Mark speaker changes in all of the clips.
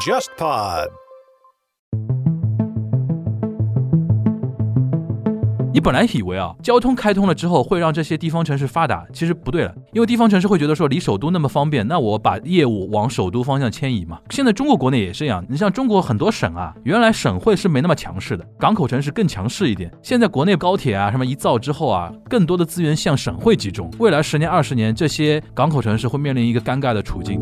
Speaker 1: JustPod。
Speaker 2: 你本来以为啊，交通开通了之后会让这些地方城市发达，其实不对了，因为地方城市会觉得说离首都那么方便，那我把业务往首都方向迁移嘛。现在中国国内也是一样，你像中国很多省啊，原来省会是没那么强势的，港口城市更强势一点。现在国内高铁啊什么一造之后啊，更多的资源向省会集中，未来十年二十年，这些港口城市会面临一个尴尬的处境。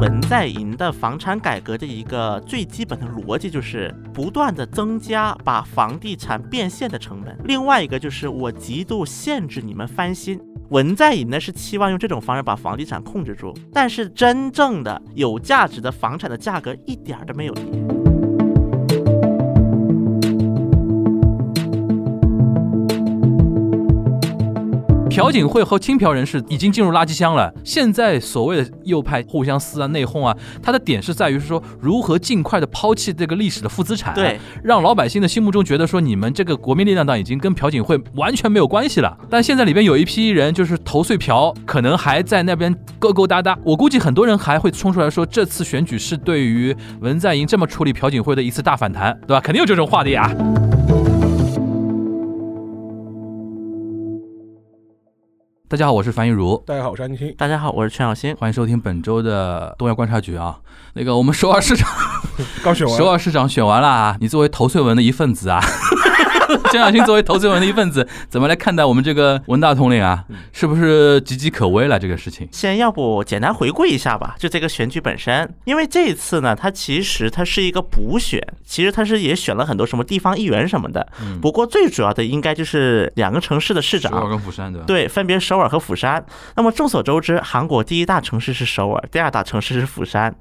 Speaker 3: 文在寅的房产改革的一个最基本的逻辑就是不断的增加把房地产变现的成本，另外一个就是我极度限制你们翻新。文在寅呢是期望用这种方式把房地产控制住，但是真正的有价值的房产的价格一点儿都没有跌。
Speaker 2: 朴槿惠和亲朴人士已经进入垃圾箱了。现在所谓的右派互相撕啊、内讧啊，它的点是在于是说如何尽快的抛弃这个历史的负资产，啊
Speaker 3: 对，
Speaker 2: 让老百姓的心目中觉得说你们这个国民力量党已经跟朴槿惠完全没有关系了。但现在里边有一批人就是投碎朴，可能还在那边勾勾搭搭。我估计很多人还会冲出来说，这次选举是对于文在寅这么处理朴槿惠的一次大反弹，对吧？肯定有这种话啊的呀。大家好，我是樊一茹。
Speaker 4: 大家好，我是安青。
Speaker 3: 大家好，我是全小新。
Speaker 2: 欢迎收听本周的东亚观察局啊。那个，我们首尔市长，
Speaker 4: 刚选完，
Speaker 2: 首尔市长选完了啊。你作为投碎文的一份子啊， 江小新作为投碎文的一份子，怎么来看待我们这个文大统领啊？是不是岌岌可危了？这个事情，
Speaker 3: 先要不简单回顾一下吧，就这个选举本身，因为这一次呢，它其实它是一个补选，其实它是也选了很多什么地方议员什么的，不过最主要的应该就是两个城市的市
Speaker 2: 首尔
Speaker 3: 长。
Speaker 2: 跟釜山对吧？，
Speaker 3: 对，分别首尔和釜山。那么众所周知，韩国第一大城市是首尔，第二大城市是釜山，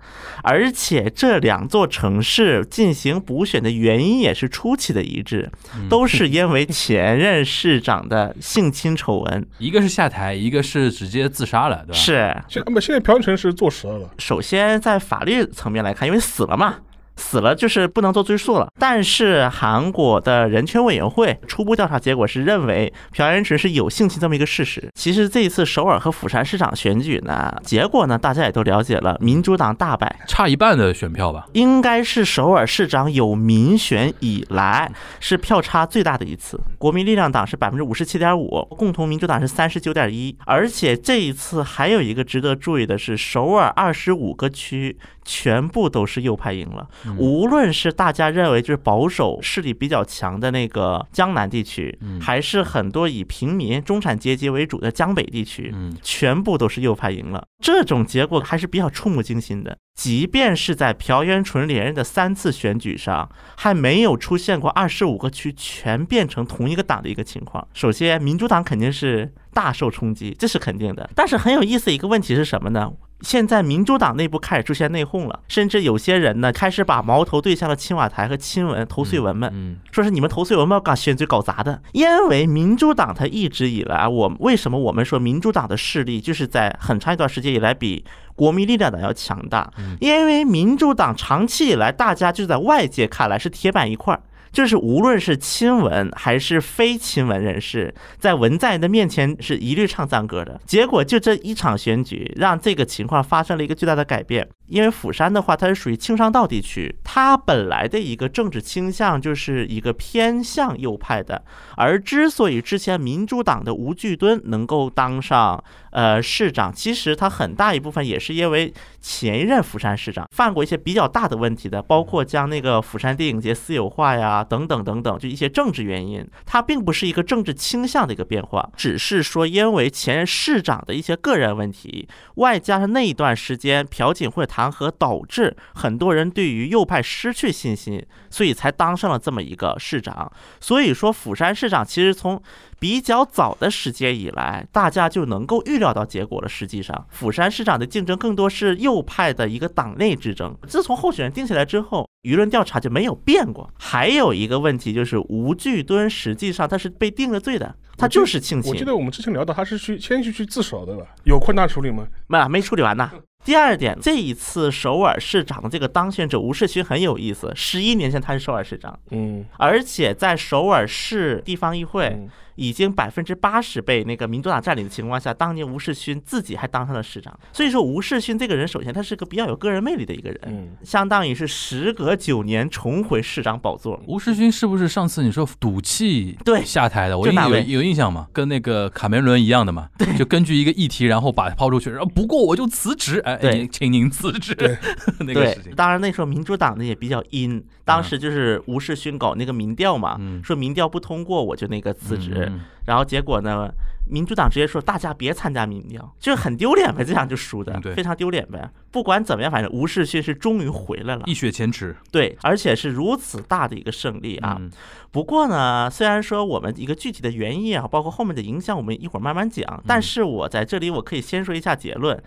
Speaker 3: 而且这两座城市进行补选的原因也是出奇的一致，都是因为前任市长的性侵丑闻。
Speaker 2: 一个是下台，一个是直接自杀了，对吧？
Speaker 3: 是，
Speaker 4: 现啊在不，现在朴槿惠是坐实了，
Speaker 3: 首先在法律层面来看，因为死了嘛。死了就是不能做追溯了，但是韩国的人权委员会初步调查结果是认为朴元淳是有性侵这么一个事实。其实这一次首尔和釜山市长选举呢，结果呢大家也都了解了，民主党大败，
Speaker 2: 差一半的选票吧。
Speaker 3: 应该是首尔市长有民选以来是票差最大的一次。国民力量党是百分之五十七点五，共同民主党是三十九点一。而且这一次还有一个值得注意的是，首尔二十五个区全部都是右派赢了，无论是大家认为就是保守势力比较强的那个江南地区，还是很多以平民中产阶级为主的江北地区，
Speaker 2: 嗯，
Speaker 3: 全部都是右派赢了，这种结果还是比较触目惊心的。即便是在朴元淳连任的三次选举上，还没有出现过二十五个区全变成同一个党的一个情况。首先，民主党肯定是大受冲击，这是肯定的。但是很有意思的一个问题是什么呢？现在民主党内部开始出现内讧了，甚至有些人呢开始把矛头对向了青瓦台和亲文、投绥文们。
Speaker 2: 嗯，
Speaker 3: 说是你们投诉有没有搞选举搞砸的？因为民主党它一直以来啊，我为什么我们说民主党的势力就是在很长一段时间以来比国民力量党要强大？因为民主党长期以来大家就在外界看来是铁板一块儿。就是无论是亲文还是非亲文人士，在文在寅的面前是一律唱赞歌的。结果就这一场选举，让这个情况发生了一个巨大的改变。因为釜山的话，它是属于庆尚道地区，它本来的一个政治倾向就是一个偏向右派的。而之所以之前民主党的吴巨敦能够当上呃市长，其实他很大一部分也是因为前任釜山市长犯过一些比较大的问题的，包括将那个釜山电影节私有化呀，等等等等，就一些政治原因。它并不是一个政治倾向的一个变化，只是说因为前任市长的一些个人问题，外加上那一段时间朴槿惠弹劾，导致很多人对于右派失去信心，所以才当上了这么一个市长。所以说，釜山市长其实从比较早的时间以来，大家就能够预料到结果了。实际上，釜山市长的竞争更多是右派的一个党内之争。自从候选人定下来之后，舆论调查就没有变过。还有一个问题就是，吴巨敦实际上他是被定了罪的，他就是
Speaker 2: 嗯
Speaker 3: 性
Speaker 4: 我记
Speaker 3: 侵，
Speaker 4: 得我们之前聊到，他是去先去去自首对吧？有扩大处理吗？
Speaker 3: 没没处理完呢。第二点，这一次首尔市长的这个当选者吴世勋很有意思，十一年前他是首尔市长，
Speaker 4: 嗯，
Speaker 3: 而且在首尔市地方议会
Speaker 4: 嗯
Speaker 3: 已经百分之八十被那个民主党占领的情况下，当年吴世勋自己还当上了市长。所以说，吴世勋这个人，首先他是个比较有个人魅力的一个人
Speaker 4: 嗯，
Speaker 3: 相当于是时隔九年重回市长宝座。
Speaker 2: 吴世勋是不是上次你说赌气
Speaker 3: 对
Speaker 2: 下台的？我
Speaker 3: 就
Speaker 2: 印
Speaker 3: 那
Speaker 2: 有
Speaker 3: 位
Speaker 2: 有印象嘛，跟那个卡梅伦一样的嘛，就根据一个议题，然后把它抛出去，然后不过我就辞职，哎，
Speaker 3: 对
Speaker 2: 您请您辞职 那个
Speaker 3: 对
Speaker 2: 事，情。
Speaker 3: 当然那时候民主党的也比较阴，当时就是吴世勋搞那个民调嘛，
Speaker 2: 嗯
Speaker 3: 说民调不通过我就那个辞职，
Speaker 2: 嗯
Speaker 3: 然后结果呢，民主党直接说大家别参加民调，就是很丢脸呗，这样就输的
Speaker 2: 嗯对，
Speaker 3: 非常丢脸呗。不管怎么样，反正吴世勋是终于回来了
Speaker 2: 一，雪前耻
Speaker 3: 对，而且是如此大的一个胜利啊。
Speaker 2: 嗯
Speaker 3: 不过呢，虽然说我们一个具体的原因啊，包括后面的影响，我们一会儿慢慢
Speaker 2: 嗯
Speaker 3: 讲，但是我在这里我可以先说一下结论。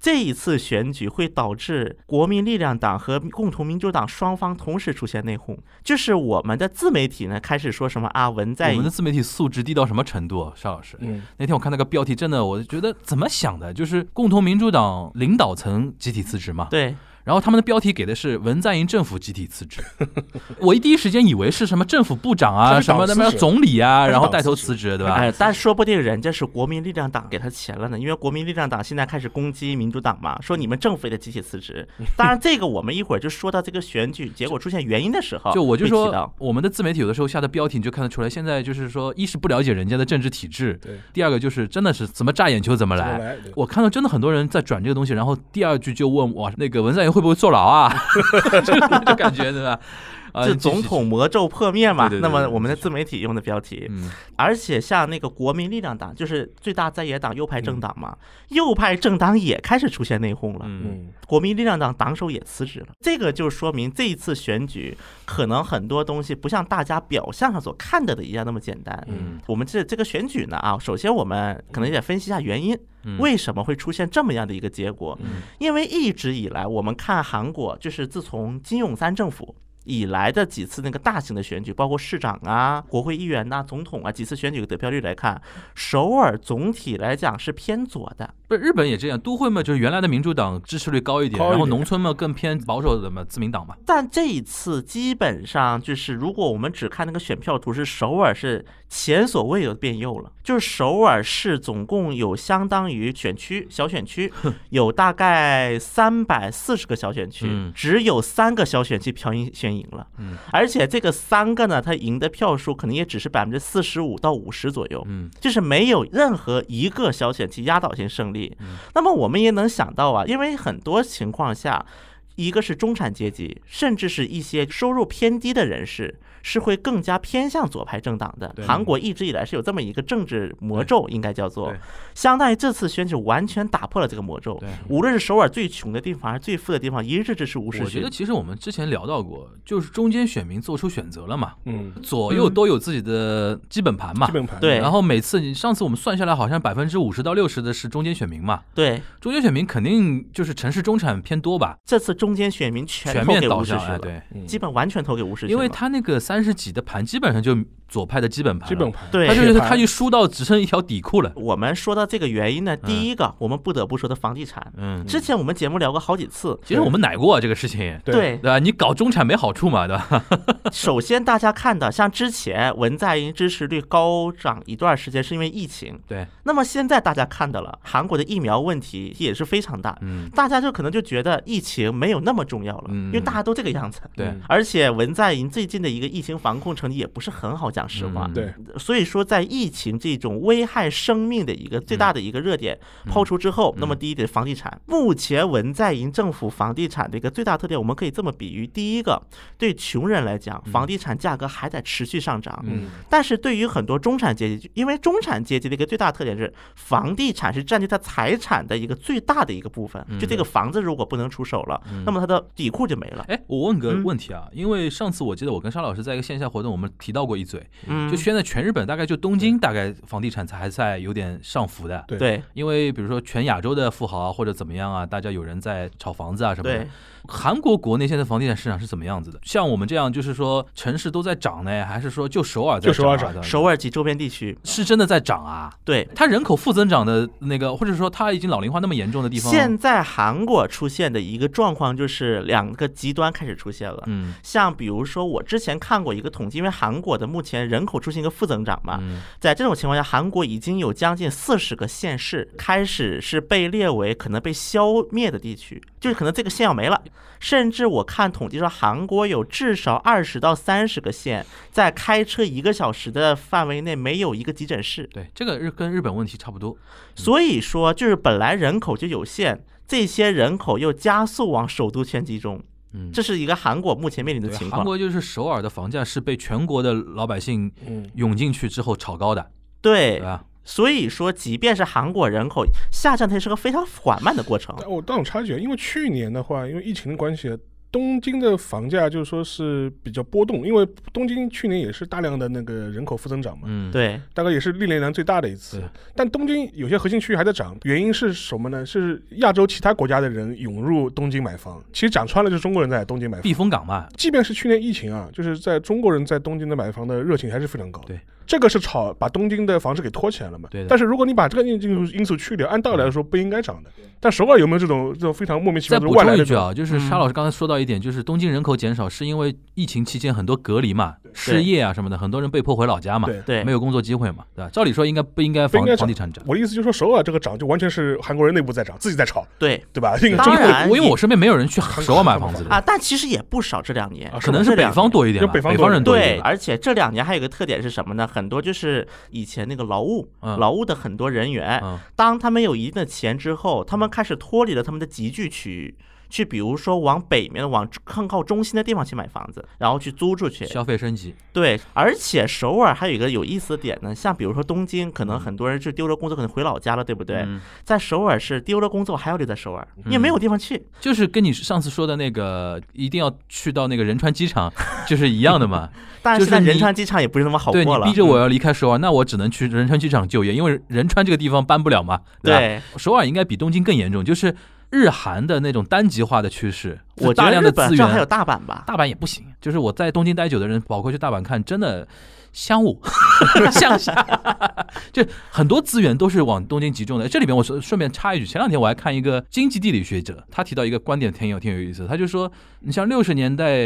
Speaker 3: 这一次选举会导致国民力量党和共同民主党双方同时出现内讧，就是我们的自媒体呢开始说什么啊文
Speaker 2: 我
Speaker 3: 在
Speaker 2: 们
Speaker 3: 寅
Speaker 2: 的自媒体素质低到什么程度、啊？邵老师，
Speaker 4: 嗯
Speaker 2: 那天我看那个标题，真的，我觉得怎么想的？就是共同民主党领导层集体辞职嘛，
Speaker 3: 对
Speaker 2: 然后他们的标题给的是文在寅政府集体辞职， 我一第一时间以为是什么政府部长啊，
Speaker 4: 他是
Speaker 2: 什
Speaker 4: 党
Speaker 2: 么他妈
Speaker 4: 辞职
Speaker 2: 总理啊，
Speaker 4: 他是
Speaker 2: 然后
Speaker 4: 党
Speaker 2: 带头
Speaker 4: 辞职
Speaker 2: 辞职，对吧？
Speaker 3: 哎，但说不定人家是国民力量党给他钱了呢，因为国民力量党现在开始攻击民主党嘛，说你们政府也得集体辞 职。当然，这个我们一会儿就说到这个选举结果出现原因的时候，
Speaker 2: 就我就
Speaker 3: 会提
Speaker 2: 说
Speaker 3: 到，
Speaker 2: 我们的自媒体有的时候下的标题你就看得出来，现在就是说，一是不了解人家的政治体制，
Speaker 4: 对，
Speaker 2: 第二个就是真的是怎么炸眼球怎么
Speaker 4: 怎么
Speaker 2: 来。
Speaker 4: 来？对
Speaker 2: 我看到真的很多人在转这个东西，然后第二句就问我那个文在寅会不会坐牢啊？ 就就感觉对吧？啊，
Speaker 3: 这
Speaker 2: 继续
Speaker 3: 总，统魔咒破灭嘛
Speaker 2: 对对，对
Speaker 3: 那
Speaker 2: 对
Speaker 3: 么
Speaker 2: 对
Speaker 3: 我们的自媒体用的标题，
Speaker 2: 嗯，
Speaker 3: 而且像那个国民力量党，就是最大在野党右派政党嘛，右派政党也开始出现内讧了。
Speaker 2: 嗯嗯
Speaker 4: 嗯
Speaker 3: 国民力量党党首也辞职了，这个就说明这一次选举可能很多东西不像大家表象上所看到的一样那么简单。
Speaker 2: 嗯，
Speaker 3: 我们这这个选举呢啊，首先我们可能也得分析一下原因，
Speaker 2: 嗯
Speaker 3: 为什么会出现这么样的一个结果？
Speaker 4: 嗯
Speaker 3: 因为一直以来，我们看韩国，就是自从金泳三政府。以来的几次那个大型的选举，包括市长啊、国会议员呐、总统啊几次选举的得票率来看，首尔总体来讲是偏左的。
Speaker 2: 不是日本也这样，都会嘛，就是原来的民主党支持率高一点，
Speaker 4: 高一
Speaker 2: 然后
Speaker 4: 点
Speaker 2: 农村嘛更偏保守的嘛自民党嘛，
Speaker 3: 但这一次基本上就是，如果我们只看那个选票图，是首尔是前所未有的变右了。就是首尔市总共有相当于选区小选区，有大概三百四十个小选区
Speaker 2: 嗯，
Speaker 3: 只有三个小选区朴英轩赢了。
Speaker 2: 嗯，
Speaker 3: 而且这个三个呢，他赢的票数可能也只是百分之四十五到五十左右。
Speaker 2: 嗯
Speaker 3: 就是没有任何一个小选区压倒性胜利。
Speaker 2: 嗯
Speaker 3: 那么我们也能想到啊，因为很多情况下，一个是中产阶级，甚至是一些收入偏低的人士。是会更加偏向左派政党的
Speaker 4: 对。
Speaker 3: 韩国一直以来是有这么一个政治魔咒，应该叫做
Speaker 4: 对，
Speaker 3: 相当于这次选举完全打破了这个魔咒
Speaker 2: 对。
Speaker 3: 无论是首尔最穷的地方还是最富的地方，一致支持吴世
Speaker 2: 我觉
Speaker 3: 勋
Speaker 2: 得。其实我们之前聊到过，就是中间选民做出选择了嘛，
Speaker 4: 嗯，
Speaker 2: 左右都有自己的基本盘嘛
Speaker 4: 基，本盘
Speaker 3: 对
Speaker 2: 然后每次你上次我们算下来，好像百分之五十到六十的是中间选民嘛，
Speaker 3: 对，
Speaker 2: 中间选民肯定就是城市中产偏多吧，
Speaker 3: 这次中间选民全
Speaker 2: 全
Speaker 3: 投
Speaker 2: 面
Speaker 3: 给
Speaker 2: 倒
Speaker 3: 吴世
Speaker 2: 向
Speaker 3: 勋
Speaker 2: 哎，
Speaker 3: 了，
Speaker 2: 对，
Speaker 4: 嗯
Speaker 3: 基本完全投给吴世勋了，
Speaker 2: 因为他那个三十几的盘基本上就左派的基本盘了，
Speaker 4: 基本盘
Speaker 3: 对
Speaker 2: 他就是
Speaker 4: 铁盘
Speaker 2: 他就输到只剩一条底裤了，
Speaker 3: 我们说到这个原因呢，第一个我们不得不说的房地产，
Speaker 2: 嗯，
Speaker 3: 之前我们节目聊过好几次。
Speaker 2: 其实我们奶过、啊、这个事情，
Speaker 4: 对
Speaker 3: 对
Speaker 2: 对，吧？你搞中产没好处嘛，对 吧？
Speaker 3: 首先大家看到，像之前文在寅支持率高涨一段时间，是因为疫情。
Speaker 2: 对，
Speaker 3: 那么现在大家看到了，韩国的疫苗问题也是非常大，
Speaker 2: 嗯，
Speaker 3: 大家就可能就觉得疫情没有那么重要了，
Speaker 2: 嗯
Speaker 3: 因为大家都这个样子。
Speaker 2: 对，
Speaker 3: 而且文在寅最近的一个疫情防控成绩也不是很好，讲实话
Speaker 2: 嗯。
Speaker 4: 对，
Speaker 3: 所以说，在疫情这种危害生命的一个最大的一个热点抛出之后，那么第一点，房地产。目前文在寅政府房地产的一个最大特点，我们可以这么比喻：第一个，对穷人来讲，房地产价格还在持续上涨；
Speaker 2: 嗯
Speaker 3: 但是对于很多中产阶级，因为中产阶级的一个最大特点是，房地产是占据他财产的一个最大的一个部分。就这个房子如果不能出手了，那么他的底裤就没了。
Speaker 2: 哎，我问个
Speaker 3: 嗯
Speaker 2: 问题啊，因为上次我记得我跟沙老师在一个线下活动，我们提到过一嘴，
Speaker 3: 嗯，
Speaker 2: 就现在全日本大概就东京大概房地产才还在有点上浮的，
Speaker 4: 对
Speaker 3: 对
Speaker 2: 因为比如说全亚洲的富豪啊或者怎么样啊，大家有人在炒房子啊什么的
Speaker 3: 对。，
Speaker 2: 韩国国内现在房地产市场是怎么样子的？像我们这样就是说城市都在涨呢，还是说就首尔在
Speaker 4: 就首尔
Speaker 2: 涨啊？
Speaker 3: 首尔及周边地区，
Speaker 2: 是真的在涨啊？
Speaker 3: 对，
Speaker 2: 它人口负增长的那个，或者说它已经老龄化那么严重的地方，
Speaker 3: 现在韩国出现的一个状况就是两个极端开始出现了。
Speaker 2: 嗯
Speaker 3: 像比如说，我之前看过一个统计，因为韩国的目前人口出现一个负增长嘛，
Speaker 2: 嗯
Speaker 3: 在这种情况下，韩国已经有将近四十个县市开始是被列为可能被消灭的地区，就是可能这个县要没了。甚至我看统计说，韩国有至少二十到三十个县，在开车一个小时的范围内没有一个急诊室。
Speaker 2: 对，这个日跟日本问题差不多。
Speaker 3: 所以说，就是本来人口就有限，这些人口又加速往首都圈集中，
Speaker 2: 嗯，
Speaker 3: 这是一个韩国目前面临的
Speaker 2: 对
Speaker 3: 情
Speaker 2: 韩
Speaker 3: 况。
Speaker 2: 国就是首尔的房价是被全国的老百姓
Speaker 4: 嗯，
Speaker 2: 涌进去之后炒高的，对
Speaker 3: 对，
Speaker 2: 吧？
Speaker 3: 所以说，即便是韩国人口下降，它也是个非常缓慢的过程。
Speaker 4: 但我但我察啊觉，因为去年的话，因为疫情的关系，啊东京的房价就是说是比较波动，因为东京去年也是大量的那个人口负增长嘛，
Speaker 2: 嗯，，
Speaker 3: 对，
Speaker 4: 大概也是历年来最大的一次
Speaker 2: 对。
Speaker 4: 但东京有些核心区域还在涨，原因是什么呢？是亚洲其他国家的人涌入东京买房，其实讲穿了就是中国人在东京买房。
Speaker 2: 避风港嘛，
Speaker 4: 即便是去年疫情啊，就是在中国人在东京的买房的热情还是非常高的。
Speaker 2: 对，
Speaker 4: 这个是炒把东京的房市给拖起来了嘛？
Speaker 2: 对的
Speaker 4: 但是如果你把这个因因素因素去掉，按道理来说不应该涨的。但首尔有没有这种这种非常莫名其
Speaker 2: 再
Speaker 4: 妙的
Speaker 2: 嗯补
Speaker 4: 外来
Speaker 2: 充
Speaker 4: 的
Speaker 2: 一
Speaker 4: 这
Speaker 2: 句
Speaker 4: 种？嗯
Speaker 2: 啊，就是沙老师刚才说到一点，就是东京人口减少是因为疫情期间很多隔离嘛、失业啊什么的，很多人被迫回老家嘛，
Speaker 4: 对。
Speaker 3: 对，
Speaker 2: 没有工作机会嘛，对吧？照理说应该不应该房
Speaker 4: 不应该
Speaker 2: 房地产涨？
Speaker 4: 我的意思就是说，首尔这个涨就完全是韩国人内部在涨，自己在炒，
Speaker 3: 对
Speaker 4: 对吧？应该
Speaker 2: 因
Speaker 3: 当
Speaker 2: 为
Speaker 3: 然
Speaker 2: 我因为
Speaker 3: 也
Speaker 2: 我身边没有人去首尔买房子的，
Speaker 3: 啊，但其实也不少这两年
Speaker 4: 啊，
Speaker 2: 可能是
Speaker 3: 这
Speaker 2: 北
Speaker 3: 两
Speaker 2: 方
Speaker 3: 年。
Speaker 2: 多一点吧，
Speaker 4: 就北方多
Speaker 2: 人多一
Speaker 3: 对，
Speaker 2: 点。
Speaker 3: 而且这两年还有一个特点是什么呢？很多就是以前那个劳务，
Speaker 2: 嗯
Speaker 3: 劳务的很多人员，
Speaker 2: 嗯，
Speaker 3: 当他们有一定的钱之后，他们开始脱离了他们的集聚区域，去比如说往北面、往更靠中心的地方去买房子，然后去租出去。
Speaker 2: 消费升级，
Speaker 3: 对，而且首尔还有一个有意思的点呢，像比如说东京，可能很多人是丢了工作，可能回老家了，对不对？
Speaker 2: 嗯
Speaker 3: 在首尔是丢了工作还要留在首尔，你也没有地方去。
Speaker 2: 就是跟你上次说的那个一定要去到那个仁川机场， 就是一样的 嘛。
Speaker 3: 但
Speaker 2: 就是
Speaker 3: 现在仁
Speaker 2: 你
Speaker 3: 川机场也不是那么好
Speaker 2: 对你
Speaker 3: 过了。
Speaker 2: 逼着我要离开首尔，那我只能去仁川机场就业，因为仁川这个地方搬不了嘛。吧
Speaker 3: 对，
Speaker 2: 首尔应该比东京更严重，就是日韩的那种单极化的趋势，
Speaker 3: 我觉
Speaker 2: 大
Speaker 3: 得
Speaker 2: 量
Speaker 3: 日
Speaker 2: 的
Speaker 3: 本
Speaker 2: 资
Speaker 3: 这还有
Speaker 2: 源，
Speaker 3: 大阪吧，
Speaker 2: 大阪也不行。就是我在东京待久的人，包括去大阪看，真的相 互向下， 就很多资源都是往东京集中的。这里边我顺顺便插一句，前两天我还看一个经济地理学者，他提到一个观点挺有挺有意思的，他就说，你像六十年代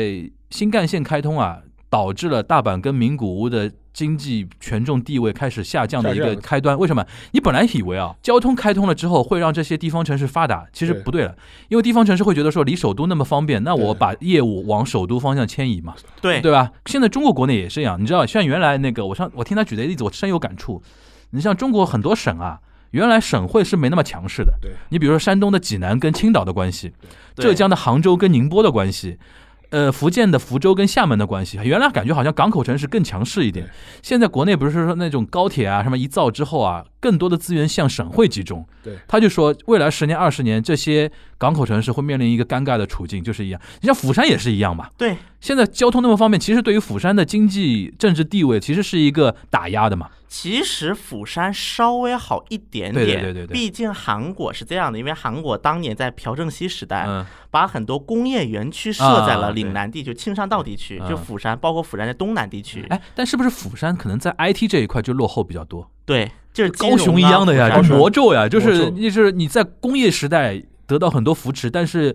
Speaker 2: 新干线开通啊，导致了大阪跟名古屋的。经济权重地位开始下降的一
Speaker 4: 下
Speaker 2: 个
Speaker 4: 降
Speaker 2: 开端，为什么？你本来以为啊，交通开通了之后会让这些地方城市发达，其实
Speaker 4: 对
Speaker 2: 不对了，因为地方城市会觉得说离首都那么方便，那我
Speaker 4: 对哎
Speaker 2: 把业务往首都方向迁移嘛，
Speaker 3: 对
Speaker 2: 对吧？现在中国国内也是一样，你知道，像原来那个，我上我听他举的例子，我深有感触。你像中国很多省啊，原来省会是没那么强势的。
Speaker 4: 对，
Speaker 2: 你比如说山东的济南跟青岛的关系，
Speaker 3: 对
Speaker 2: 浙江的杭州跟宁波的关系，呃，福建的福州跟厦门的关系，原来感觉好像港口城市更强势一点
Speaker 4: 对。
Speaker 2: 现在国内不是说那种高铁啊什么一造之后啊，更多的资源向省会集中。
Speaker 4: 对
Speaker 2: 他就说未来十年二十年，这些港口城市会面临一个尴尬的处境，就是一样。你像釜山也是一样嘛。
Speaker 3: 对，
Speaker 2: 现在交通那么方便，其实对于釜山的经济政治地位其实是一个打压的嘛。
Speaker 3: 其实釜山稍微好一点
Speaker 2: 对
Speaker 3: 点，
Speaker 2: 对对对对
Speaker 3: 毕竟韩国是这样的，因为韩国当年在朴正熙时代，
Speaker 2: 嗯，
Speaker 3: 把很多工业园区
Speaker 2: 啊
Speaker 3: 设在了
Speaker 2: 对
Speaker 3: 岭南地区、庆尚道地区，
Speaker 2: 嗯
Speaker 3: 就釜山，包括釜山的东南地区，
Speaker 2: 哎，但是不是釜山可能在 IT 这一块就落后比较多？
Speaker 3: 对，就是金
Speaker 2: 高
Speaker 3: 融
Speaker 2: 雄一
Speaker 3: 啊
Speaker 2: 样的呀，
Speaker 3: 釜
Speaker 2: 就
Speaker 4: 高
Speaker 3: 山
Speaker 4: 雄
Speaker 2: 魔咒呀，就是
Speaker 4: 魔咒
Speaker 2: 就是你在工业时代得到很多扶持，但是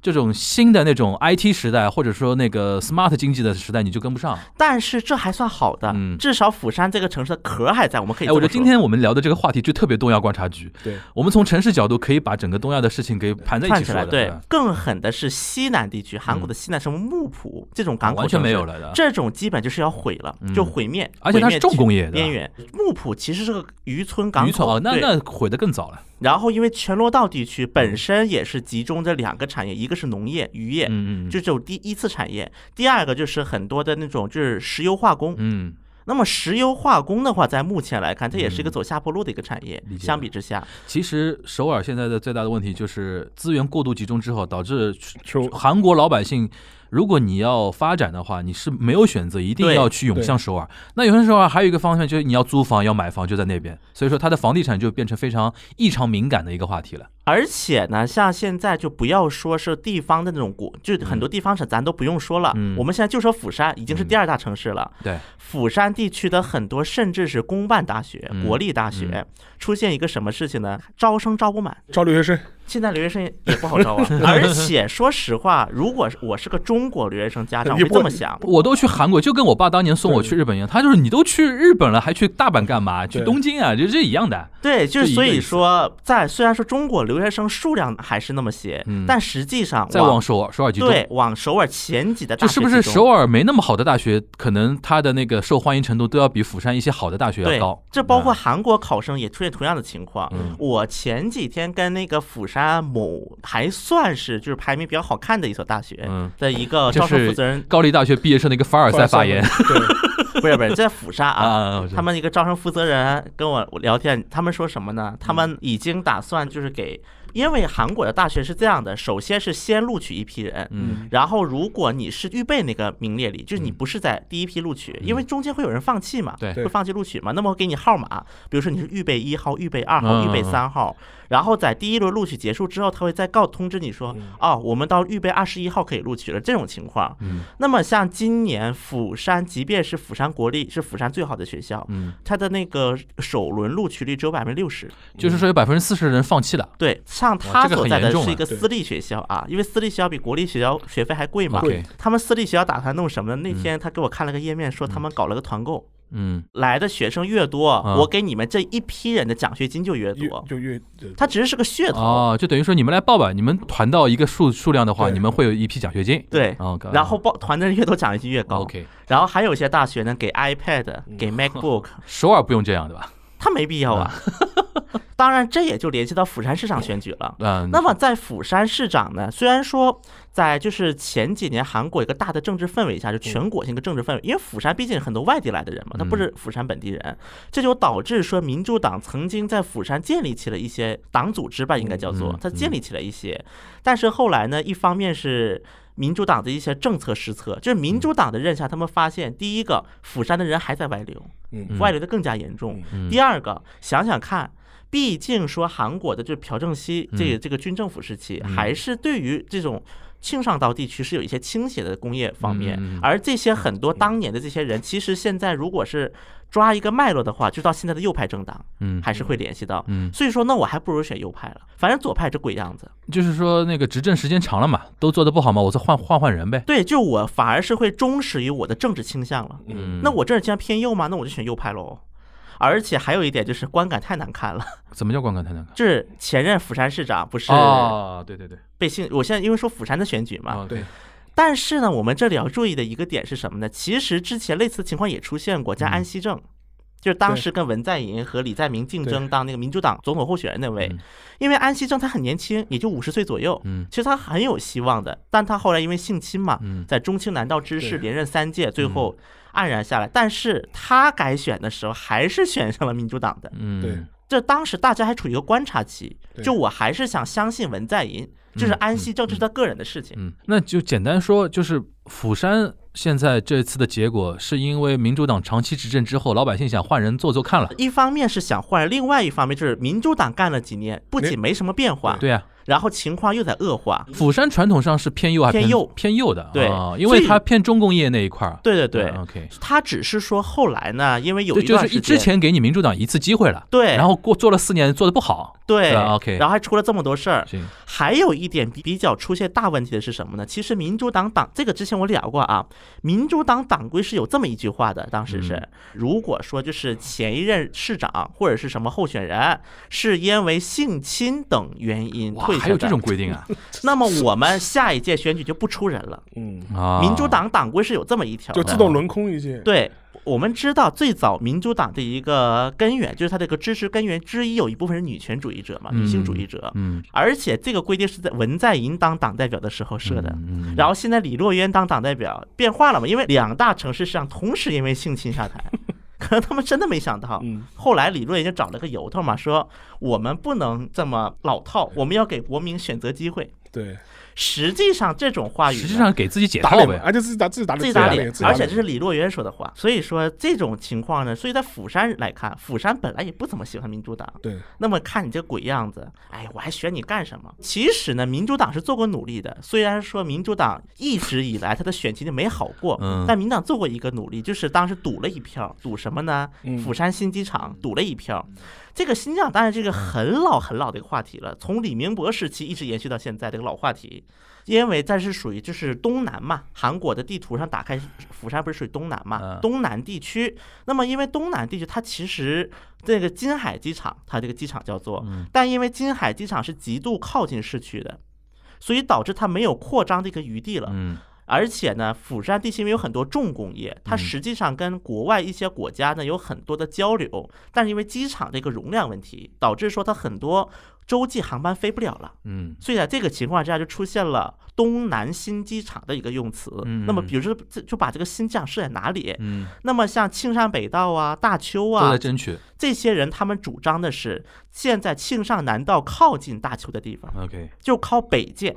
Speaker 2: 这种新的那种 IT 时代，或者说那个 smart 经济的时代，你就跟不上。
Speaker 3: 但是这还算好的，
Speaker 2: 嗯
Speaker 3: 至少釜山这个城市的壳还在，我们可以
Speaker 2: 哎，
Speaker 3: 这么
Speaker 2: 我觉
Speaker 3: 说。
Speaker 2: 得今天我们聊的这个话题就特别东亚观察局。
Speaker 4: 对，
Speaker 2: 我们从城市角度可以把整个东亚的事情给盘在一
Speaker 3: 串
Speaker 2: 起
Speaker 3: 起
Speaker 2: 说
Speaker 3: 来，
Speaker 2: 的，啊嗯
Speaker 3: 对
Speaker 2: 吧，
Speaker 3: 更狠的是西南地区，韩国的西南什么木浦这种港口
Speaker 2: 哦完全
Speaker 3: 城市
Speaker 2: 没有了的啊
Speaker 3: 这种基本就是要毁了，就毁灭，
Speaker 2: 嗯而且它是
Speaker 3: 毁灭
Speaker 2: 重工业的
Speaker 3: 边缘。木浦其实是个渔村港口，
Speaker 2: 渔村啊，那
Speaker 3: 对
Speaker 2: 那毁的更早了。
Speaker 3: 然后因为全罗道地区本身也是集中着两个产业，一个是农业、渔业，
Speaker 2: 嗯嗯嗯
Speaker 3: 就这种第一次产业；第二个就是很多的那种就是石油化工。
Speaker 2: 嗯。
Speaker 3: 那么石油化工的话，在目前来看，它也是一个走下坡路的一个产业。
Speaker 2: 理解
Speaker 3: 相比之下，
Speaker 2: 其实首尔现在的最大的问题就是资源过度集中之后，导致
Speaker 4: 就
Speaker 2: 韩国老百姓如果你要发展的话，你是没有选择，一定
Speaker 3: 对
Speaker 2: 要去涌向首尔。那涌向首尔还有一个方面就是你要租房、要买房就在那边，所以说它的房地产就变成非常异常敏感的一个话题了。
Speaker 3: 而且呢，像现在就不要说是地方的那种国，就很多地方省咱都不用说了。
Speaker 2: 嗯
Speaker 3: 我们现在就说釜山已经是第二大城市了。
Speaker 2: 对，
Speaker 3: 釜山地区的很多甚至是公办大学、
Speaker 2: 嗯
Speaker 3: 国立大学，出现一个什么事情呢？招生招不满，
Speaker 4: 招留学生，
Speaker 3: 现在留学生也不好招啊。 而且说实话，如果是我是个中国留学生 家长，我
Speaker 4: 也
Speaker 3: 会
Speaker 4: 不
Speaker 3: 这么想。
Speaker 2: 我都去韩国，就跟我爸当年送我去日本一样，他就是你都去日本了，还去大阪干嘛？去
Speaker 4: 对
Speaker 2: 东京啊，就这一样的。
Speaker 3: 对，就
Speaker 2: 这
Speaker 3: 是
Speaker 2: 一
Speaker 3: 所
Speaker 2: 个意
Speaker 3: 以
Speaker 2: 思
Speaker 3: 说，在虽然说中国留学生数量还是那么些，
Speaker 2: 嗯
Speaker 3: 但实际上
Speaker 2: 再往首尔首尔集中，
Speaker 3: 对往首尔前几的大
Speaker 2: 就
Speaker 3: 学
Speaker 2: 是不是
Speaker 3: 集中
Speaker 2: 首尔没那么好的大学，可能它的那个受欢迎程度都要比釜山一些好的大学
Speaker 3: 对
Speaker 2: 要高。
Speaker 3: 这包括韩国考生也出现同样的情况。
Speaker 2: 嗯
Speaker 3: 我前几天跟那个釜山某还算是就是排名比较好看的一所大学
Speaker 2: 嗯
Speaker 3: 的一个
Speaker 2: 就
Speaker 3: 招生
Speaker 2: 是
Speaker 3: 负 责人，
Speaker 2: 高丽大学毕业生的一个凡尔赛发言
Speaker 4: 对，
Speaker 3: 不是不是在釜山啊。
Speaker 2: 啊，我知道
Speaker 3: 他们一个招生负责人跟我聊天，他们说什么
Speaker 2: 嗯
Speaker 3: 呢？他们已经打算就是给，因为韩国的大学是这样的，首先是先录取一批人，
Speaker 2: 嗯
Speaker 3: 然后如果你是预备那个名列里，就是你不是在第一批录取，因为中间会有人放弃嘛，
Speaker 2: 嗯对
Speaker 3: 会放弃录取嘛，那么会给你号码，比如说你是预备一号、预备二号、
Speaker 2: 嗯
Speaker 3: 预备三号，然后在第一轮录取结束之后，他会再告通知你说，哦，我们到预备二十一号可以录取了这种情况。
Speaker 2: 嗯
Speaker 3: 那么像今年釜山，即便是釜山国立是釜山最好的学校，
Speaker 2: 嗯，
Speaker 3: 它的那个首轮录取率只有百分之六十，
Speaker 2: 就是说有百分之四十的人放弃了。
Speaker 3: 对，像
Speaker 2: 哇
Speaker 3: 他
Speaker 2: 这个
Speaker 3: 所
Speaker 2: 很
Speaker 3: 在
Speaker 2: 严
Speaker 3: 的
Speaker 2: 重
Speaker 3: 是
Speaker 2: 啊
Speaker 3: 一个
Speaker 4: 对
Speaker 3: 私立学校啊，因为私立学校比国立学校学费还贵嘛。
Speaker 2: OK，
Speaker 3: 他们私立学校打算弄什么呢？那天他给我看了个页面，说他们搞了个团购，
Speaker 2: 嗯
Speaker 3: 来的学生越多，
Speaker 2: 啊
Speaker 3: 我给你们这一批人的奖学金就越
Speaker 4: 越
Speaker 3: 多。
Speaker 4: 就越
Speaker 3: 它只是是个噱头，
Speaker 2: 哦，就等于说你们来报吧，你们团到一个数数量的话，
Speaker 4: 对
Speaker 2: 你们会有一批奖学金。
Speaker 3: 对。
Speaker 2: 哦，搞
Speaker 3: 然后报团的人越多，奖学金越高。
Speaker 2: 哦 OK，嗯
Speaker 3: 然后还有一些大学呢，给 iPad、给 MacBook，
Speaker 2: 首尔不用这样对吧？
Speaker 3: 他没必要啊。当然，这也就联系到釜山市长选举了。
Speaker 2: 嗯，
Speaker 3: 那么在釜山市长呢，虽然说在就是前几年韩国一个大的政治氛围
Speaker 2: 嗯
Speaker 3: 下，就全国性的政治氛围，因为釜山毕竟很多外地来的人嘛，他不是釜山本地人，这就导致说民主党曾经在釜山建立起了一些党组织吧，应该叫做
Speaker 2: 嗯
Speaker 3: 它建立起了一些，但是后来呢，一方面是。民主党的一些政策失策，就是
Speaker 2: 嗯
Speaker 3: 民主党的任下，他们发现，第一个，釜山的人还在外流，
Speaker 4: 嗯
Speaker 3: 外流的更加严重。
Speaker 2: 嗯
Speaker 3: 第二个，想想看，毕竟说韩国的这朴正熙
Speaker 2: 嗯
Speaker 3: 这个、这个军政府时期，还是对于这种。庆尚道地区是有一些倾斜的工业方面，
Speaker 2: 嗯嗯嗯
Speaker 3: 而这些很多当年的这些人，其实现在如果是抓一个脉络的话，就到现在的右派政党
Speaker 2: 嗯
Speaker 3: 还是会联系到。
Speaker 2: 嗯，
Speaker 3: 所以说呢，我还不如选右派了，反正左派这鬼样子。
Speaker 2: 就是说那个执政时间长了嘛，都做的不好嘛，我再换换换人呗。
Speaker 3: 对，就我反而是会忠实于我的政治倾向了。
Speaker 2: 嗯，
Speaker 3: 那我政治倾向偏右吗？那我就选右派喽。而且还有一点就是观感太难看了。
Speaker 2: 怎么叫观感太难看？
Speaker 3: 就是前任釜山市长不是啊
Speaker 2: 哦，对对对，
Speaker 3: 被性，我现在因为说釜山的选举嘛，
Speaker 2: 哦
Speaker 4: 对，
Speaker 3: 但是呢，我们这里要注意的一个点是什么呢？其实之前类似的情况也出现
Speaker 2: 嗯
Speaker 3: 过，在安熙正，就是当时跟文在寅和李在明竞争当那个民主党总统候选人那位
Speaker 2: 嗯，
Speaker 3: 因为安熙正他很年轻，也就五十岁左右，
Speaker 2: 嗯
Speaker 3: 其实他很有希望的，但他后来因为性侵嘛，
Speaker 2: 嗯
Speaker 3: 在中青南道知事
Speaker 4: 对
Speaker 3: 连任三届，最后黯然下来。但是他改选的时候，还是选上了民主党的。
Speaker 2: 嗯，
Speaker 4: 对，
Speaker 3: 这当时大家还处于一个观察期，
Speaker 4: 对
Speaker 3: 就我还是想相信文在寅，就是安息政治是他个人的事情。
Speaker 2: 嗯，那就简单说，就是釜山现在这次的结果，是因为民主党长期执政之后，老百姓想换人做做看了。
Speaker 3: 一方面是想换，另外一方面就是民主党干了几年，不仅没什么变化，
Speaker 2: 对啊，
Speaker 3: 然后情况又在恶化。
Speaker 2: 釜山传统上是偏右还
Speaker 3: 偏右
Speaker 2: 偏右的，
Speaker 3: 对
Speaker 2: 啊因为
Speaker 3: 所以
Speaker 2: 它偏重工业那一块儿。
Speaker 3: 对对对，
Speaker 2: 嗯，OK，
Speaker 3: 他只是说后来呢，因为有
Speaker 2: 对，
Speaker 3: 一
Speaker 2: 就
Speaker 3: 段
Speaker 2: 是
Speaker 3: 时
Speaker 2: 一之
Speaker 3: 间，
Speaker 2: 前给你民主党一次机会了，
Speaker 3: 对
Speaker 2: 然后过做了四年做的不好，
Speaker 3: 对
Speaker 2: 对啊，OK
Speaker 3: 然后还出了这么多事儿。
Speaker 2: 行，
Speaker 3: 还有一点比比较出现大问题的是什么呢？其实民主党党这个之前我聊过啊，民主党党规是有这么一句话的，当时是、
Speaker 2: 嗯
Speaker 3: 如果说就是前一任市长或者是什么候选人是因为性侵等原因
Speaker 2: 哇
Speaker 3: 退，
Speaker 2: 还有
Speaker 3: 选
Speaker 2: 这
Speaker 3: 的
Speaker 2: 种，规定 啊
Speaker 3: 那么我们下一届选举就不出人了。
Speaker 4: 嗯，
Speaker 2: 啊！
Speaker 3: 民主党党规是有这么一条
Speaker 4: 就
Speaker 3: 的，
Speaker 4: 自动轮空一些，
Speaker 3: 对。我们知道，最早民主党的一个根源就是它这个支持根源之一，有一部分是女权主义者嘛，女性主义者。
Speaker 2: 嗯，
Speaker 3: 而且这个规定是在文在寅当党代表的时候设的。
Speaker 2: 嗯，嗯
Speaker 3: 然后现在李洛渊当党代表变化了嘛？因为两大城市市长同时因为性侵 下台，可能他们真的没想到。
Speaker 4: 嗯，
Speaker 3: 后来李洛渊就找了个由头嘛，说我们不能这么老套，我们要给国民选择机会。
Speaker 4: 对，
Speaker 3: 实际上这种话语呢，
Speaker 2: 实际上给自己解
Speaker 4: 打
Speaker 2: 套
Speaker 4: 脸嘛，
Speaker 2: 呗。
Speaker 4: 而且自己打自己打
Speaker 3: 自己
Speaker 4: 打
Speaker 3: 打
Speaker 4: 脸，
Speaker 3: 脸
Speaker 4: 自，己打
Speaker 3: 而且这是李洛渊说的话。所以说这种情况呢，所以在釜山来看，釜山本来也不怎么喜欢民主党。
Speaker 4: 对，
Speaker 3: 那么看你这鬼样子，哎，我还选你干什么？其实呢，民主党是做过努力的。虽然说民主党一直以来他的选情就没好过，
Speaker 2: 嗯
Speaker 3: 但民党做过一个努力，就是当时赌了一票，赌什么呢？
Speaker 4: 嗯
Speaker 3: 釜山新机场赌了一票。这个新机场当然是一个很老很老的一个话题了，从李明博时期一直延续到现在这个老话题。因为这是属于就是东南嘛，韩国的地图上打开釜山不是属于东南嘛
Speaker 2: 嗯，
Speaker 3: 东南地区。那么因为东南地区它其实这个金海机场，它这个机场叫做，
Speaker 2: 嗯
Speaker 3: 但因为金海机场是极度靠近市区的，所以导致它没有扩张这个余地了。
Speaker 2: 嗯，
Speaker 3: 而且呢，釜山地区因为有很多重工业，它实际上跟国外一些国家呢有很多的交流，但是因为机场这个容量问题，导致说它很多洲际航班飞不了了。
Speaker 2: 嗯，
Speaker 3: 所以在这个情况之下，就出现了东南新机场的一个用词。
Speaker 2: 嗯
Speaker 3: 那么，比如说这就把这个新机场设在哪里？
Speaker 2: 嗯，
Speaker 3: 那么像庆尚北道啊、大邱
Speaker 2: 都在
Speaker 3: 啊
Speaker 2: 争取。
Speaker 3: 这些人，他们主张的是现在庆尚南道靠近大邱的地方，
Speaker 2: OK，OK，
Speaker 3: 就靠北界。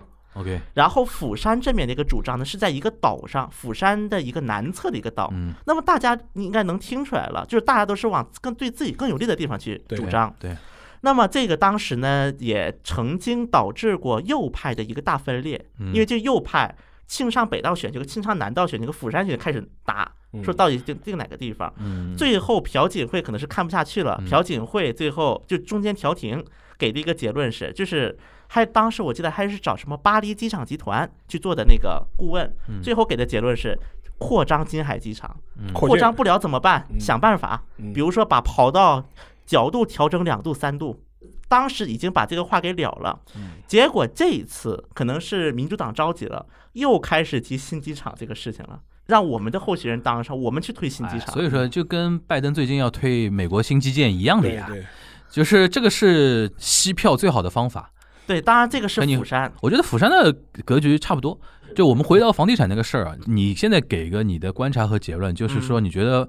Speaker 3: 然后釜山这边的一个主张呢，是在一个岛上，釜山的一个南侧的一个岛。
Speaker 2: 嗯，
Speaker 3: 那么大家你应该能听出来了，就是大家都是往更对自己更有利的地方去
Speaker 4: 对
Speaker 3: 主张。
Speaker 2: 对，
Speaker 3: 那么这个当时呢，也曾经导致过右派的一个大分裂，
Speaker 2: 嗯
Speaker 3: 因为这右派庆尚北道选区、和庆尚南道选区、和釜山选区开始打，
Speaker 4: 嗯
Speaker 3: 说到底定定哪个地方。
Speaker 2: 嗯，
Speaker 3: 最后朴槿惠可能是看不下去了，
Speaker 2: 嗯
Speaker 3: 朴槿惠最后就中间调停给的一个结论是，就是还当时我记得还是找什么巴黎机场集团去做的那个顾问，
Speaker 2: 嗯
Speaker 3: 最后给的结论是。扩张金海机场，
Speaker 4: 扩
Speaker 3: 扩
Speaker 4: 建
Speaker 3: 张不了怎么办？
Speaker 4: 嗯
Speaker 3: 想办法，
Speaker 4: 嗯
Speaker 3: 比如说把跑道角度调整两度、三度。当时已经把这个话给了了，
Speaker 2: 嗯
Speaker 3: 结果这一次可能是民主党着急了，又开始提新机场这个事情了，让我们的候选人当上，我们去推新机
Speaker 2: 哎
Speaker 3: 场。
Speaker 2: 所以说，就跟拜登最近要推美国新基建一样的
Speaker 4: 对
Speaker 2: 呀，
Speaker 4: 对，嗯
Speaker 2: 就是这个是吸票最好的方法。
Speaker 3: 对，当然这个是
Speaker 2: 那你
Speaker 3: 釜山，
Speaker 2: 我觉得釜山的格局差不多。就我们回到房地产那个事儿啊，你现在给一个你的观察和结论，就是
Speaker 3: 嗯
Speaker 2: 说你觉得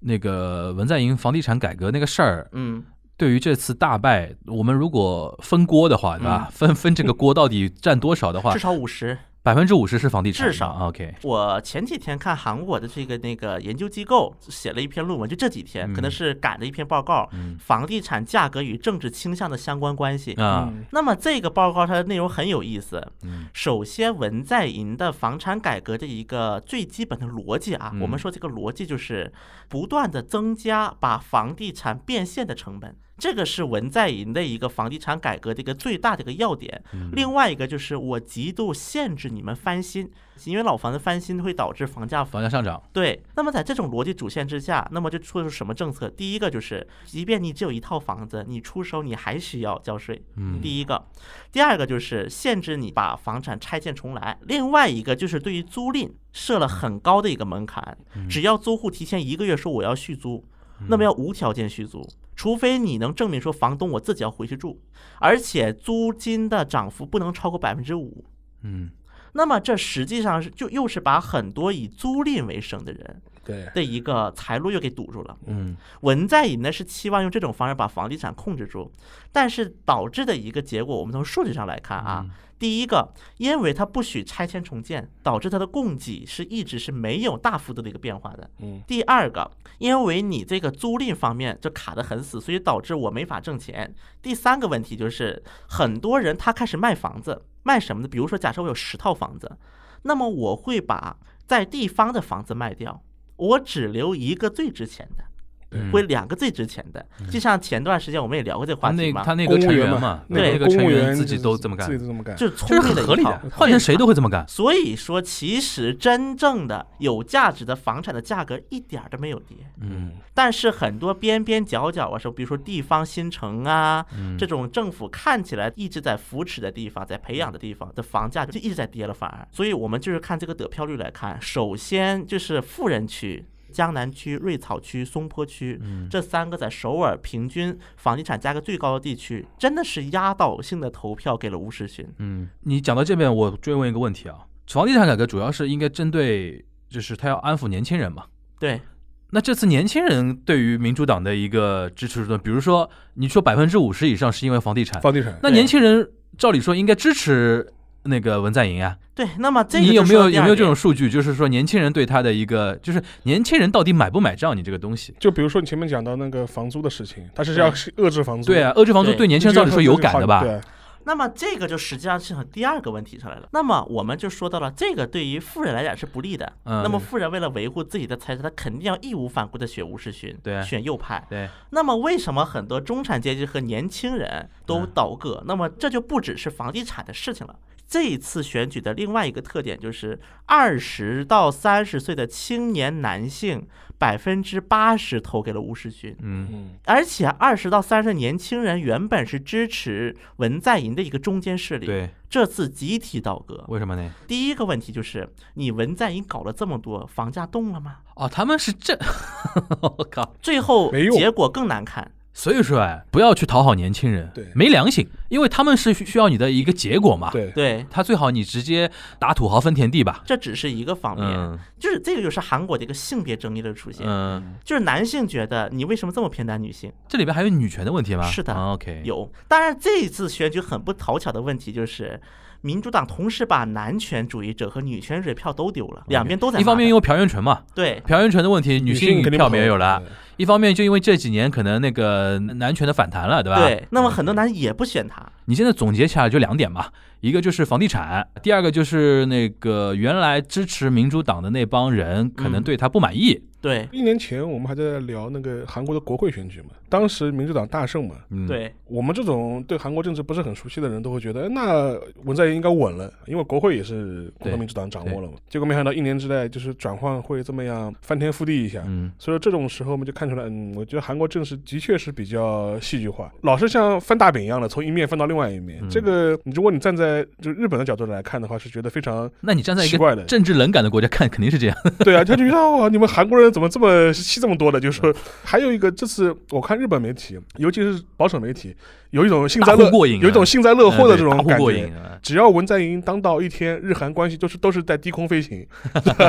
Speaker 2: 那个文在寅房地产改革那个事儿，
Speaker 3: 嗯，
Speaker 2: 对于这次大败，我们如果分锅的话，对吧？分分这个锅到底占多少的话
Speaker 3: 嗯至，少五十。
Speaker 2: 百分之五十是房地产嘛，
Speaker 3: 至少
Speaker 2: OK。
Speaker 3: 我前几天看韩国的这个那个研究机构写了一篇论文，就这几天
Speaker 2: 嗯
Speaker 3: 可能是赶了一篇报告，房地产价格与政治倾向的相关关系。
Speaker 2: 啊，
Speaker 4: 嗯
Speaker 3: 那么这个报告它的内容很有意思
Speaker 2: 嗯。
Speaker 3: 首先，文在寅的房产改革的一个最基本的逻辑啊，
Speaker 2: 嗯
Speaker 3: 我们说这个逻辑就是不断的增加把房地产变现的成本，这个是文在寅的一个房地产改革的一个最大的一个要点。
Speaker 2: 嗯
Speaker 3: 另外一个就是我极度限制你们翻新，因为老房子翻新会导致房价
Speaker 2: 房价上涨，
Speaker 3: 对，那么在这种逻辑主线之下，那么就出了什么政策？第一个就是，即便你只有一套房子，你出手你还需要交税。
Speaker 2: 嗯
Speaker 3: 第一个，第二个就是限制你把房产拆迁重来。另外一个就是对于租赁设了很高的一个门槛，只要租户提前一个月说我要续租，那么要无条件续租。除非你能证明说房东我自己要回去住，而且租金的涨幅不能超过百分之五，
Speaker 2: 嗯，
Speaker 3: 那么这实际上是就又是把很多以租赁为生的人
Speaker 4: 对，
Speaker 3: 的一个财路又给堵住了。
Speaker 2: 嗯，
Speaker 3: 文在寅呢是期望用这种方式把房地产控制住，但是导致的一个结果，我们从数据上来看啊，第一个，因为它不许拆迁重建，导致它的供给是一直是没有大幅度的一个变化的。
Speaker 4: 嗯，
Speaker 3: 第二个，因为你这个租赁方面就卡得很死，所以导致我没法挣钱。第三个问题就是，很多人他开始卖房子，卖什么呢？比如说，假设我有十套房子，那么我会把在地方的房子卖掉，我只留一个最值钱的。
Speaker 2: 嗯
Speaker 3: 会两个最值钱的，就像前段时间我们也聊过这个
Speaker 2: 他
Speaker 3: 话题
Speaker 2: 嗯那
Speaker 3: 嘛，
Speaker 2: 他那
Speaker 4: 公
Speaker 2: 个
Speaker 4: 务
Speaker 2: 成
Speaker 4: 员
Speaker 2: 员
Speaker 4: 嘛，
Speaker 2: 那个那
Speaker 3: 对
Speaker 4: 那
Speaker 2: 个
Speaker 4: 个
Speaker 2: 成
Speaker 4: 公务
Speaker 2: 员
Speaker 4: 员
Speaker 2: 自己
Speaker 4: 就是
Speaker 2: 都这么干
Speaker 4: 自，己都这么干，
Speaker 3: 就是
Speaker 2: 这
Speaker 3: 聪
Speaker 2: 是
Speaker 3: 明的
Speaker 2: 合
Speaker 3: 一
Speaker 2: 理
Speaker 3: 套
Speaker 2: 的，换成谁都会这么干。
Speaker 3: 所以说，其实真正的有价值的房产的价格一点儿都没有跌，
Speaker 2: 嗯
Speaker 3: 但是很多边边角角啊，说比如说地方新城啊，
Speaker 2: 嗯
Speaker 3: 这种政府看起来一直在扶持的地方，在培养的地方的房价就一直在跌了，反而。所以我们就是看这个得票率来看，首先就是富人区。江南区、瑞草区、松坡区、
Speaker 2: 嗯
Speaker 3: 这三个在首尔平均房地产价格最高的地区，真的是压倒性的投票给了吴世勋。
Speaker 2: 嗯，你讲到这边，我追问一个问题啊，房地产改革主要是应该针对，就是他要安抚年轻人嘛。
Speaker 3: 对，
Speaker 2: 那这次年轻人对于民主党的一个支持度，比如说你说百分之五十以上是因为房地产，
Speaker 4: 房地产
Speaker 2: 那年轻人照理说应该支持那个文在寅啊。
Speaker 3: 对，那么这个
Speaker 2: 你有
Speaker 3: 就
Speaker 2: 没
Speaker 3: 说到
Speaker 2: 有
Speaker 3: 第
Speaker 2: 有
Speaker 3: 二
Speaker 2: 没有这
Speaker 3: 点
Speaker 2: 种数据？就是说年轻人对他的一个，就是年轻人到底买不买账你这个东西？
Speaker 4: 就比如说你前面讲到那个房租的事情，它是要是遏制房租，
Speaker 2: 对啊，，遏制房租
Speaker 3: 对
Speaker 2: 对年轻人照理说有感的吧？
Speaker 4: 对，啊
Speaker 3: 那么这个就实际上是和第二个问题上来了。那么我们就说到了，这个对于富人来讲是不利的。
Speaker 2: 嗯
Speaker 3: 那么富人为了维护自己的财产，他肯定要义无反顾的选吴世勋，
Speaker 2: 对
Speaker 3: 选右派。
Speaker 2: 对，
Speaker 3: 那么为什么很多中产阶级和年轻人都
Speaker 2: 嗯
Speaker 3: 倒戈？那么这就不只是房地产的事情了。这一次选举的另外一个特点就是，二十到三十岁的青年男性百分之八十投给了吴世勋。
Speaker 2: 嗯，
Speaker 4: 嗯，
Speaker 3: 而且二十到三十年轻人原本是支持文在寅的一个中间势力，
Speaker 2: 对，
Speaker 3: 这次集体倒戈。
Speaker 2: 为什么呢？
Speaker 3: 第一个问题就是，你文在寅搞了这么多，房价动了吗？
Speaker 2: 哦，他们是这， 我靠！
Speaker 3: 最后
Speaker 4: 没用
Speaker 3: 结果更难看。
Speaker 2: 所以说，哎，不要去讨好年轻人，
Speaker 4: 对
Speaker 2: 没良心，因为他们是需需要你的一个结果嘛。，
Speaker 4: 对，
Speaker 3: 对，
Speaker 2: 他最好你直接打土豪分田地吧。
Speaker 3: 这只是一个方面，
Speaker 2: 嗯
Speaker 3: 就是这个就是韩国的一个性别争议的出现，
Speaker 2: 嗯，
Speaker 3: 就是男性觉得你为什么这么偏袒女性？
Speaker 2: 这里边还有女权的问题吗？
Speaker 3: 是的
Speaker 2: 啊 OK，
Speaker 3: 有，当然这一次选举很不讨巧的问题就是。民主党同时把男权主义者和女权主义票都丢了，两边都在骂
Speaker 2: 哎一
Speaker 3: 他。
Speaker 2: 方面因为朴元淳嘛，
Speaker 3: 对
Speaker 2: 朴元淳的问题，女性
Speaker 4: 肯定
Speaker 2: 票
Speaker 4: 不
Speaker 2: 没有了
Speaker 4: 投，；
Speaker 2: 一方面就因为这几年可能那个男权的反弹了，对吧？
Speaker 3: 对，那么很多男人也不选他。
Speaker 2: 你现在总结起来就两点嘛，一个就是房地产，第二个就是那个原来支持民主党的那帮人可
Speaker 4: 嗯
Speaker 2: 能对他不满意。
Speaker 3: 对
Speaker 4: 一年前我们还在聊那个韩国的国会选举嘛，当时民主党大胜嘛，
Speaker 2: 嗯，，
Speaker 3: 对
Speaker 4: 我们这种对韩国政治不是很熟悉的人都会觉得，哎那文在寅应该稳了，因为国会也是共和民主党掌握了嘛。结果没想到一年之内就是转换会这么样翻天覆地一下。
Speaker 2: 嗯，
Speaker 4: 所以说这种时候我们就看出来，嗯，我觉得韩国政治的确是比较戏剧化，老是像翻大饼一样的从一面翻到另外一面。
Speaker 2: 嗯
Speaker 4: 这个，你如果你站在就日本的角度来看的话，是觉得非常
Speaker 2: 那你站在一
Speaker 4: 奇
Speaker 2: 个
Speaker 4: 怪的。
Speaker 2: 政治冷感的国家看，肯定是这样。
Speaker 4: 对啊，他就觉得哇，你们韩国人怎么这么戏这么多的？就是说，还有一个，这次我看日本媒体，尤其是保守媒体，有一种幸灾
Speaker 2: 大呼
Speaker 4: 乐
Speaker 2: 过瘾啊
Speaker 4: 有一种幸灾乐祸的这种
Speaker 2: 嗯对大
Speaker 4: 感
Speaker 2: 呼过
Speaker 4: 觉
Speaker 2: 瘾。啊！
Speaker 4: 只要文在寅当到一天，日韩关系都是都是在低空飞行。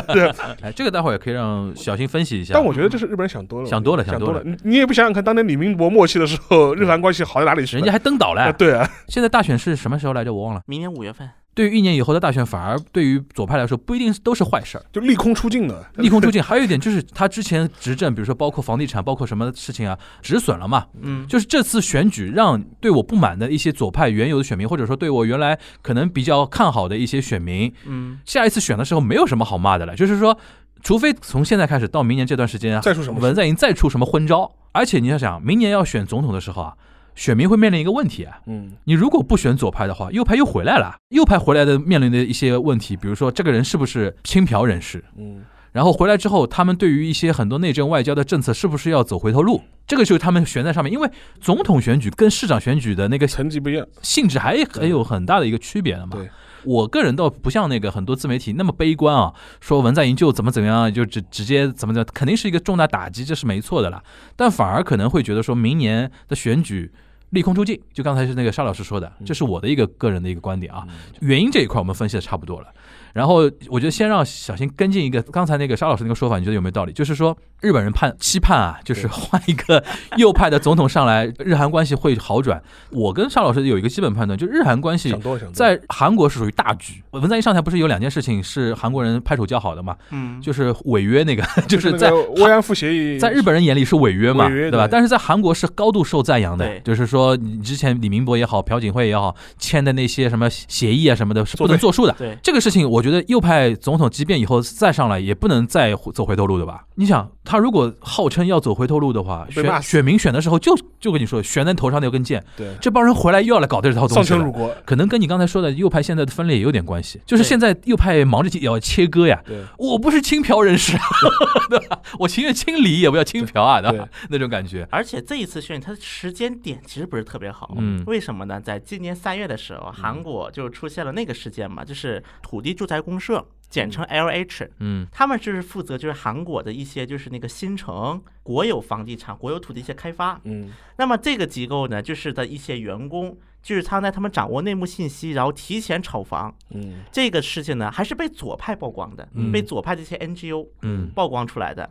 Speaker 4: 对，
Speaker 2: 哎，这个待会儿也可以让小新分析一下。
Speaker 4: 但我觉得这是日本人想多了，
Speaker 2: 想多了
Speaker 4: 想
Speaker 2: 想多了
Speaker 4: 了。你你也不想想看，当年李明博末期的时候，日韩关系好到哪里去了？
Speaker 2: 人家还哎登岛
Speaker 4: 啊，
Speaker 2: 了。
Speaker 4: 对啊，
Speaker 2: 现在大选是什么时候来着？我忘了。
Speaker 3: 明年五月份，
Speaker 2: 对于一年以后的大选，反而对于左派来说不一定都是坏事儿。
Speaker 4: 就利空出尽了。
Speaker 2: 利空出尽，还有一点就是他之前执政，比如说包括房地产，包括什么事情啊，止损了嘛。
Speaker 3: 嗯，
Speaker 2: 就是这次选举让对我不满的一些左派原有的选民，或者说对我原来可能比较看好的一些选民，
Speaker 3: 嗯，
Speaker 2: 下一次选的时候没有什么好骂的了。就是说，除非从现在开始到明年这段时间啊，
Speaker 4: 再出什么事
Speaker 2: 文在寅再出什么昏招，而且你要想，明年要选总统的时候啊，选民会面临一个问题啊。
Speaker 4: 嗯，
Speaker 2: 你如果不选左派的话，右派又回来了。右派回来的面临的一些问题，比如说这个人是不是亲朴人士，
Speaker 4: 嗯，
Speaker 2: 然后回来之后，他们对于一些很多内政外交的政策是不是要走回头路？这个就是他们悬在上面，因为总统选举跟市长选举的那个
Speaker 4: 层级不一样。
Speaker 2: 性质还还有很大的一个区别的嘛
Speaker 4: 对。
Speaker 2: 我个人倒不像那个很多自媒体那么悲观啊，说文在寅就怎么怎么样，就直直接怎么怎么样，肯定是一个重大打击，这是没错的啦。但反而可能会觉得说明年的选举利空出尽，就刚才是那个沙老师说的，这是我的一个个人的一个观点啊。原因这一块我们分析的差不多了，然后我觉得先让小新跟进一个刚才那个沙老师那个说法，你觉得有没有道理？就是说日本人盼期盼啊，就是
Speaker 4: 对
Speaker 2: 换一个右派的总统上来，日韩关系会好转。我跟沙老师有一个基本判断，就日韩关系
Speaker 4: 想多了，想多了。
Speaker 2: 在韩国是属于大局。文在寅上台不是有两件事情是韩国人拍手叫好的嘛？
Speaker 3: 嗯，
Speaker 2: 就是违约 那个，就是
Speaker 4: 那
Speaker 2: 在
Speaker 4: 个慰安妇协议，
Speaker 2: 在日本人眼里是违约嘛，
Speaker 4: 违约
Speaker 2: 对吧？
Speaker 4: 对
Speaker 2: 但是在韩国是高度受赞扬的
Speaker 3: 对，
Speaker 2: 就是说你之前李明博也好，朴槿惠也好签的那些什么协议啊什么的，是不能作数的。
Speaker 3: 对，
Speaker 2: 这个事情，我觉得右派总统即便以后再上来，也不能再走回头路的吧？你想，他如果号称要走回头路的话，
Speaker 4: 被骂
Speaker 2: 选
Speaker 4: 死
Speaker 2: 选民选的时候就就跟你说，悬在头上那根箭，
Speaker 4: 对
Speaker 2: 这帮人回来又要来搞这套东
Speaker 4: 丧
Speaker 2: 西
Speaker 4: 权辱
Speaker 2: 了。
Speaker 4: 国。
Speaker 2: 可能跟你刚才说的右派现在的分裂也有点关系，就是
Speaker 3: 对
Speaker 2: 现在右派忙着也要切割呀。
Speaker 4: 对，
Speaker 2: 我不是亲朴人士， 对吧？我情愿亲李，也不要亲朴啊，对
Speaker 4: 对
Speaker 2: 吧？那种感觉。
Speaker 3: 而且这一次选举，它的时间点其实不是特别好。
Speaker 2: 嗯
Speaker 3: 为什么呢？在今年三月的时候，韩国就出现了那个事件嘛，就是土地住宅公社，简称 LH。
Speaker 2: 嗯
Speaker 3: 他们就是负责就是韩国的一些就是那个新城国有房地产、国有土地一些开发。
Speaker 4: 嗯，
Speaker 3: 那么这个机构呢，就是的一些员工，就是他在他们掌握内幕信息，然后提前炒房，
Speaker 4: 嗯，
Speaker 3: 这个事情呢，还是被左派曝光的，被左派这些 NGO
Speaker 2: 嗯
Speaker 3: 曝光出来的。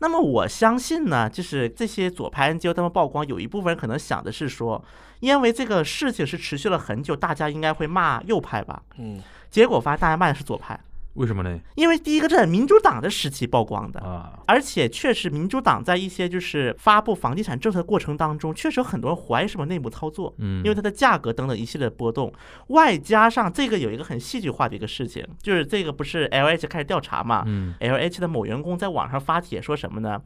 Speaker 3: 那么我相信呢，就是这些左派 NGO 他们曝光，有一部分人可能想的是说，因为这个事情是持续了很久，大家应该会骂右派吧？
Speaker 4: 嗯，
Speaker 3: 结果发现大家骂的是左派，
Speaker 2: 为什么呢？
Speaker 3: 因为第一个这是民主党的时期曝光的，
Speaker 2: 啊，
Speaker 3: 而且确实民主党在一些就是发布房地产政策过程当中，确实有很多人怀疑是不是内部操作。
Speaker 2: 嗯，
Speaker 3: 因为它的价格等等一系列波动，外加上这个有一个很戏剧化的一个事情，就是这个不是 LH 开始调查嘛
Speaker 2: 嗯
Speaker 3: ？LH 的某员工在网上发帖说什么呢？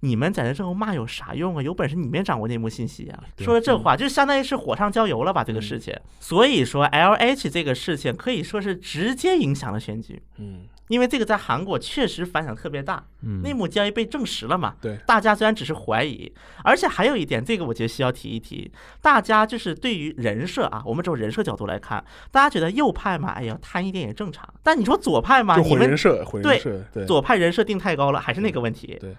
Speaker 3: 你们在这政府骂有啥用啊？有本事你们掌握内幕信息啊！
Speaker 2: 对嗯
Speaker 3: 说了这话，就相当于是火上浇油了吧？这个事情，所以说 LH 这个事情可以说是直接影响了选举。
Speaker 4: 嗯，
Speaker 3: 因为这个在韩国确实反响特别大，
Speaker 2: 嗯
Speaker 3: 内幕交易被证实了嘛？
Speaker 4: 对
Speaker 3: 大家虽然只是怀疑，而且还有一点，这个我觉得需要提一提，大家就是对于人设啊，我们从人设角度来看，大家觉得右派嘛，哎呀，贪一点也正常，但你说左派嘛，
Speaker 4: 就
Speaker 3: 你
Speaker 4: 毁人
Speaker 3: 们
Speaker 4: 设，毁人设，对，
Speaker 3: 左派人设定太高了，还是那个问题。
Speaker 4: 对，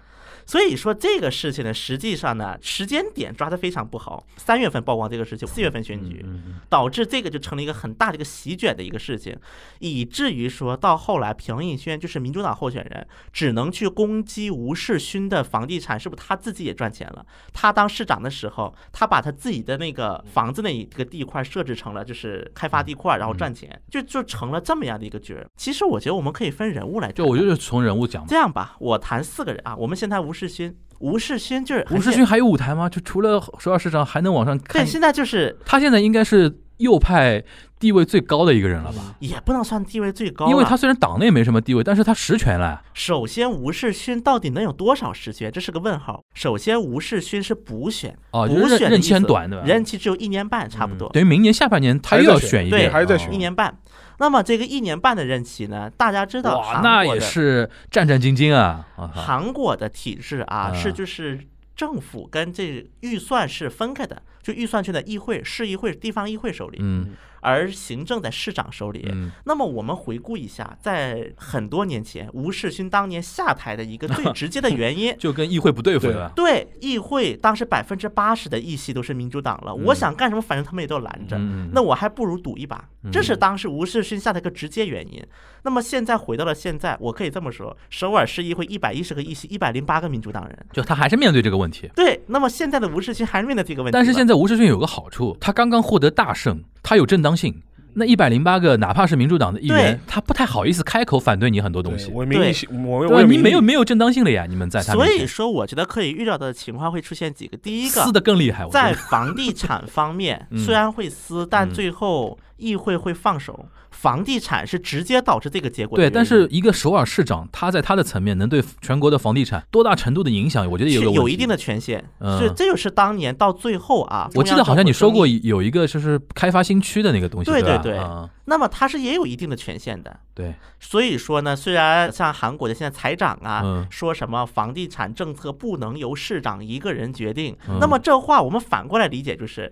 Speaker 3: 所以说这个事情呢，实际上呢，时间点抓得非常不好，三月份曝光这个事情，四月份选举，
Speaker 2: 嗯
Speaker 3: 导致这个就成了一个很大的一个席卷的一个事情，以至于说到后来朴映轩就是民主党候选人，只能去攻击吴世勋的房地产，是不是他自己也赚钱了？他当市长的时候，他把他自己的那个房子那一个地块设置成了就是开发地块，
Speaker 2: 嗯
Speaker 3: 然后赚钱，就就成了这么样的一个角儿。其实我觉得我们可以分人物来谈，
Speaker 2: 就我就是从人物讲嘛。
Speaker 3: 这样吧，我谈四个人啊，我们先谈吴世勋，吴世勋就是很
Speaker 2: 吴世
Speaker 3: 简
Speaker 2: 勋还有舞台吗？就除了首尔市长，还能往上看
Speaker 3: 对，？现在就是
Speaker 2: 他现在应该是右派地位最高的一个人了吧？
Speaker 3: 也不能算地位最高了，
Speaker 2: 因为他虽然党内没什么地位，但是他实权了。
Speaker 3: 首先，吴世勋到底能有多少实权？这是个问号。首先，吴世勋是补选，
Speaker 2: 哦，就
Speaker 3: 补
Speaker 2: 是任
Speaker 3: 选的
Speaker 2: 任
Speaker 3: 意
Speaker 2: 期很
Speaker 3: 思
Speaker 2: 短，对吧？
Speaker 3: 任期只有一年半，差不多。
Speaker 2: 嗯等于明年下半年他
Speaker 4: 还
Speaker 2: 又
Speaker 4: 在
Speaker 2: 要
Speaker 4: 选
Speaker 2: 选一
Speaker 3: 对
Speaker 2: 遍，
Speaker 4: 还在
Speaker 2: 哦
Speaker 4: 选
Speaker 3: 一年半。那么这个一年半的任期呢？大家知道
Speaker 2: 哇，
Speaker 3: 韩
Speaker 2: 那
Speaker 3: 国
Speaker 2: 也
Speaker 3: 的
Speaker 2: 是战战兢兢啊！啊
Speaker 3: 韩国的体制啊，
Speaker 2: 啊
Speaker 3: 是就是政府跟这预算是分开的，就预算权在议会、市议会、地方议会手里，
Speaker 2: 嗯
Speaker 3: 而行政在市长手里。
Speaker 2: 嗯
Speaker 3: 那么我们回顾一下，在很多年前，吴世勋当年下台的一个最直接的原因
Speaker 2: 就跟议会不对付
Speaker 4: 对
Speaker 2: 吧？
Speaker 3: 对，议会当时百分之八十的议席都是民主党了，我想干什么，反正他们也都拦着，
Speaker 2: 嗯嗯
Speaker 3: 那我还不如赌一把。这是当时吴世勋下的一个直接原因。那么现在回到了现在，我可以这么说，首尔市议会一百一十个议席，一百零八个民主党人。
Speaker 2: 就他还是面对这个问题。
Speaker 3: 对，那么现在的吴世勋还是面对这个问题了，
Speaker 2: 但是现
Speaker 3: 在
Speaker 2: 在吴世勋有个好处，他刚刚获得大胜，他有正当性。那一百零八个哪怕是民主党的议员
Speaker 3: 对，
Speaker 2: 他不太好意思开口反对你很多东
Speaker 4: 对
Speaker 2: 西，
Speaker 4: 我名义
Speaker 3: 对
Speaker 4: 行，我
Speaker 2: 对吧啊
Speaker 4: 我？
Speaker 2: 你没有
Speaker 4: 名义
Speaker 2: 没有正当性了呀！你们在他
Speaker 3: 所
Speaker 2: 面
Speaker 3: 以
Speaker 2: 前
Speaker 3: 说，我觉得可以预料到的情况会出现几个，第一个
Speaker 2: 撕的更厉害，我觉
Speaker 3: 在
Speaker 2: 得。
Speaker 3: 房地产方面
Speaker 2: 嗯
Speaker 3: 虽然会撕，但
Speaker 2: 嗯
Speaker 3: 最后议会会放手。房地产是直接导致这个结果的
Speaker 2: 对，
Speaker 3: 原因。
Speaker 2: 但是一个首尔市长，他在他的层面能对全国的房地产多大程度的影响，我觉得也
Speaker 3: 是
Speaker 2: 有个
Speaker 3: 有
Speaker 2: 问
Speaker 3: 一
Speaker 2: 题
Speaker 3: 定的权限，
Speaker 2: 嗯
Speaker 3: 所以这就是当年到最后啊，
Speaker 2: 我记得好像你说过
Speaker 3: 中央政府争议，
Speaker 2: 有一个就是开发新区的那个东西，
Speaker 3: 对
Speaker 2: 对吧
Speaker 3: 对对
Speaker 2: 啊
Speaker 3: 那么它是也有一定的权限的。
Speaker 2: 对，
Speaker 3: 所以说呢，虽然像韩国的现在财长啊，
Speaker 2: 嗯
Speaker 3: 说什么房地产政策不能由市长一个人决定，
Speaker 2: 嗯
Speaker 3: 那么这话我们反过来理解就是。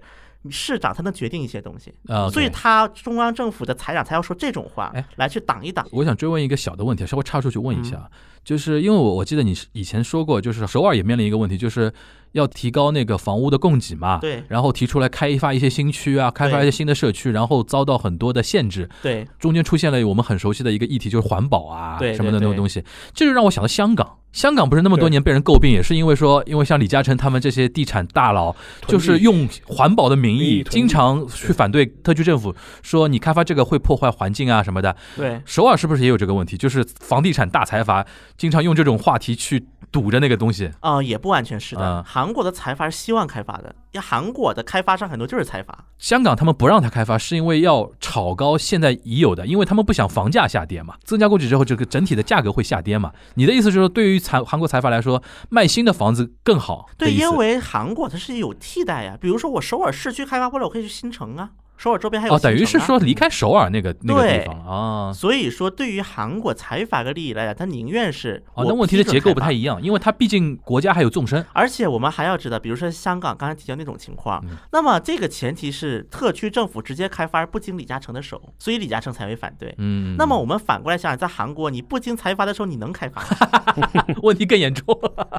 Speaker 3: 市长他能决定一些东西，
Speaker 2: 啊，
Speaker 3: 所以
Speaker 2: 对
Speaker 3: 他中央政府的财长才要说这种话
Speaker 2: 哎
Speaker 3: 来去挡一挡。
Speaker 2: 我想追问一个小的问题，稍微插出去问一
Speaker 3: 嗯
Speaker 2: 下，就是因为我我记得你是以前说过，就是首尔也面临一个问题，就是要提高那个房屋的供给嘛，
Speaker 3: 对
Speaker 2: 然后提出来开发一些新区啊，开发一些新的社区，然后遭到很多的限制，
Speaker 3: 对，
Speaker 2: 中间出现了我们很熟悉的一个议题，就是环保啊
Speaker 3: 对对
Speaker 2: 什么的那种
Speaker 3: 对
Speaker 2: 东西，这就让我想到香港。香港不是那么多
Speaker 4: 对
Speaker 2: 年被人诟病，也是因为说，因为像李嘉诚他们这些地产大佬，就
Speaker 4: 囤
Speaker 2: 是
Speaker 4: 地
Speaker 2: 用环保的名
Speaker 4: 名
Speaker 2: 义
Speaker 4: 义，囤
Speaker 2: 经
Speaker 4: 地
Speaker 2: 常去反对特区政府，说你开发这个会破坏环境啊什么的。
Speaker 3: 对，
Speaker 2: 首尔是不是也有这个问题？就是房地产大财阀经常用这种话题去堵着那个东西。
Speaker 3: 啊、也不完全是的。
Speaker 2: 嗯
Speaker 3: 韩国的财阀是希望开发的，因为韩国的开发商很多就是财阀，
Speaker 2: 香港他们不让它开发，是因为要炒高现在已有的，因为他们不想房价下跌嘛，增加供给之后，这个整体的价格会下跌嘛。你的意思就是说，对于财韩国财阀来说，卖新的房子更好的
Speaker 3: 对，
Speaker 2: 意思？
Speaker 3: 因为韩国它是有替代呀、比如说我首尔市区开发不了，我可以去新城啊，首尔周边还有、啊
Speaker 2: 哦，等于是说。离开首尔那个那个地方了啊。
Speaker 3: 所以说，对于韩国财阀的利益来讲，他宁愿是
Speaker 2: 哦，
Speaker 3: 我
Speaker 2: 那问题的
Speaker 3: 批准
Speaker 2: 结构
Speaker 3: 开
Speaker 2: 不
Speaker 3: 发
Speaker 2: 太一样，因为它毕竟国家还有纵深。
Speaker 3: 而且我们还要知道，比如说香港刚才提到那种情况，
Speaker 2: 嗯
Speaker 3: 那么这个前提是特区政府直接开发，不经李嘉诚的手，所以李嘉诚才会反对。
Speaker 2: 嗯，
Speaker 3: 那么我们反过来想想，在韩国你不经财阀的时候，你能开发吗？
Speaker 2: 问题更严重。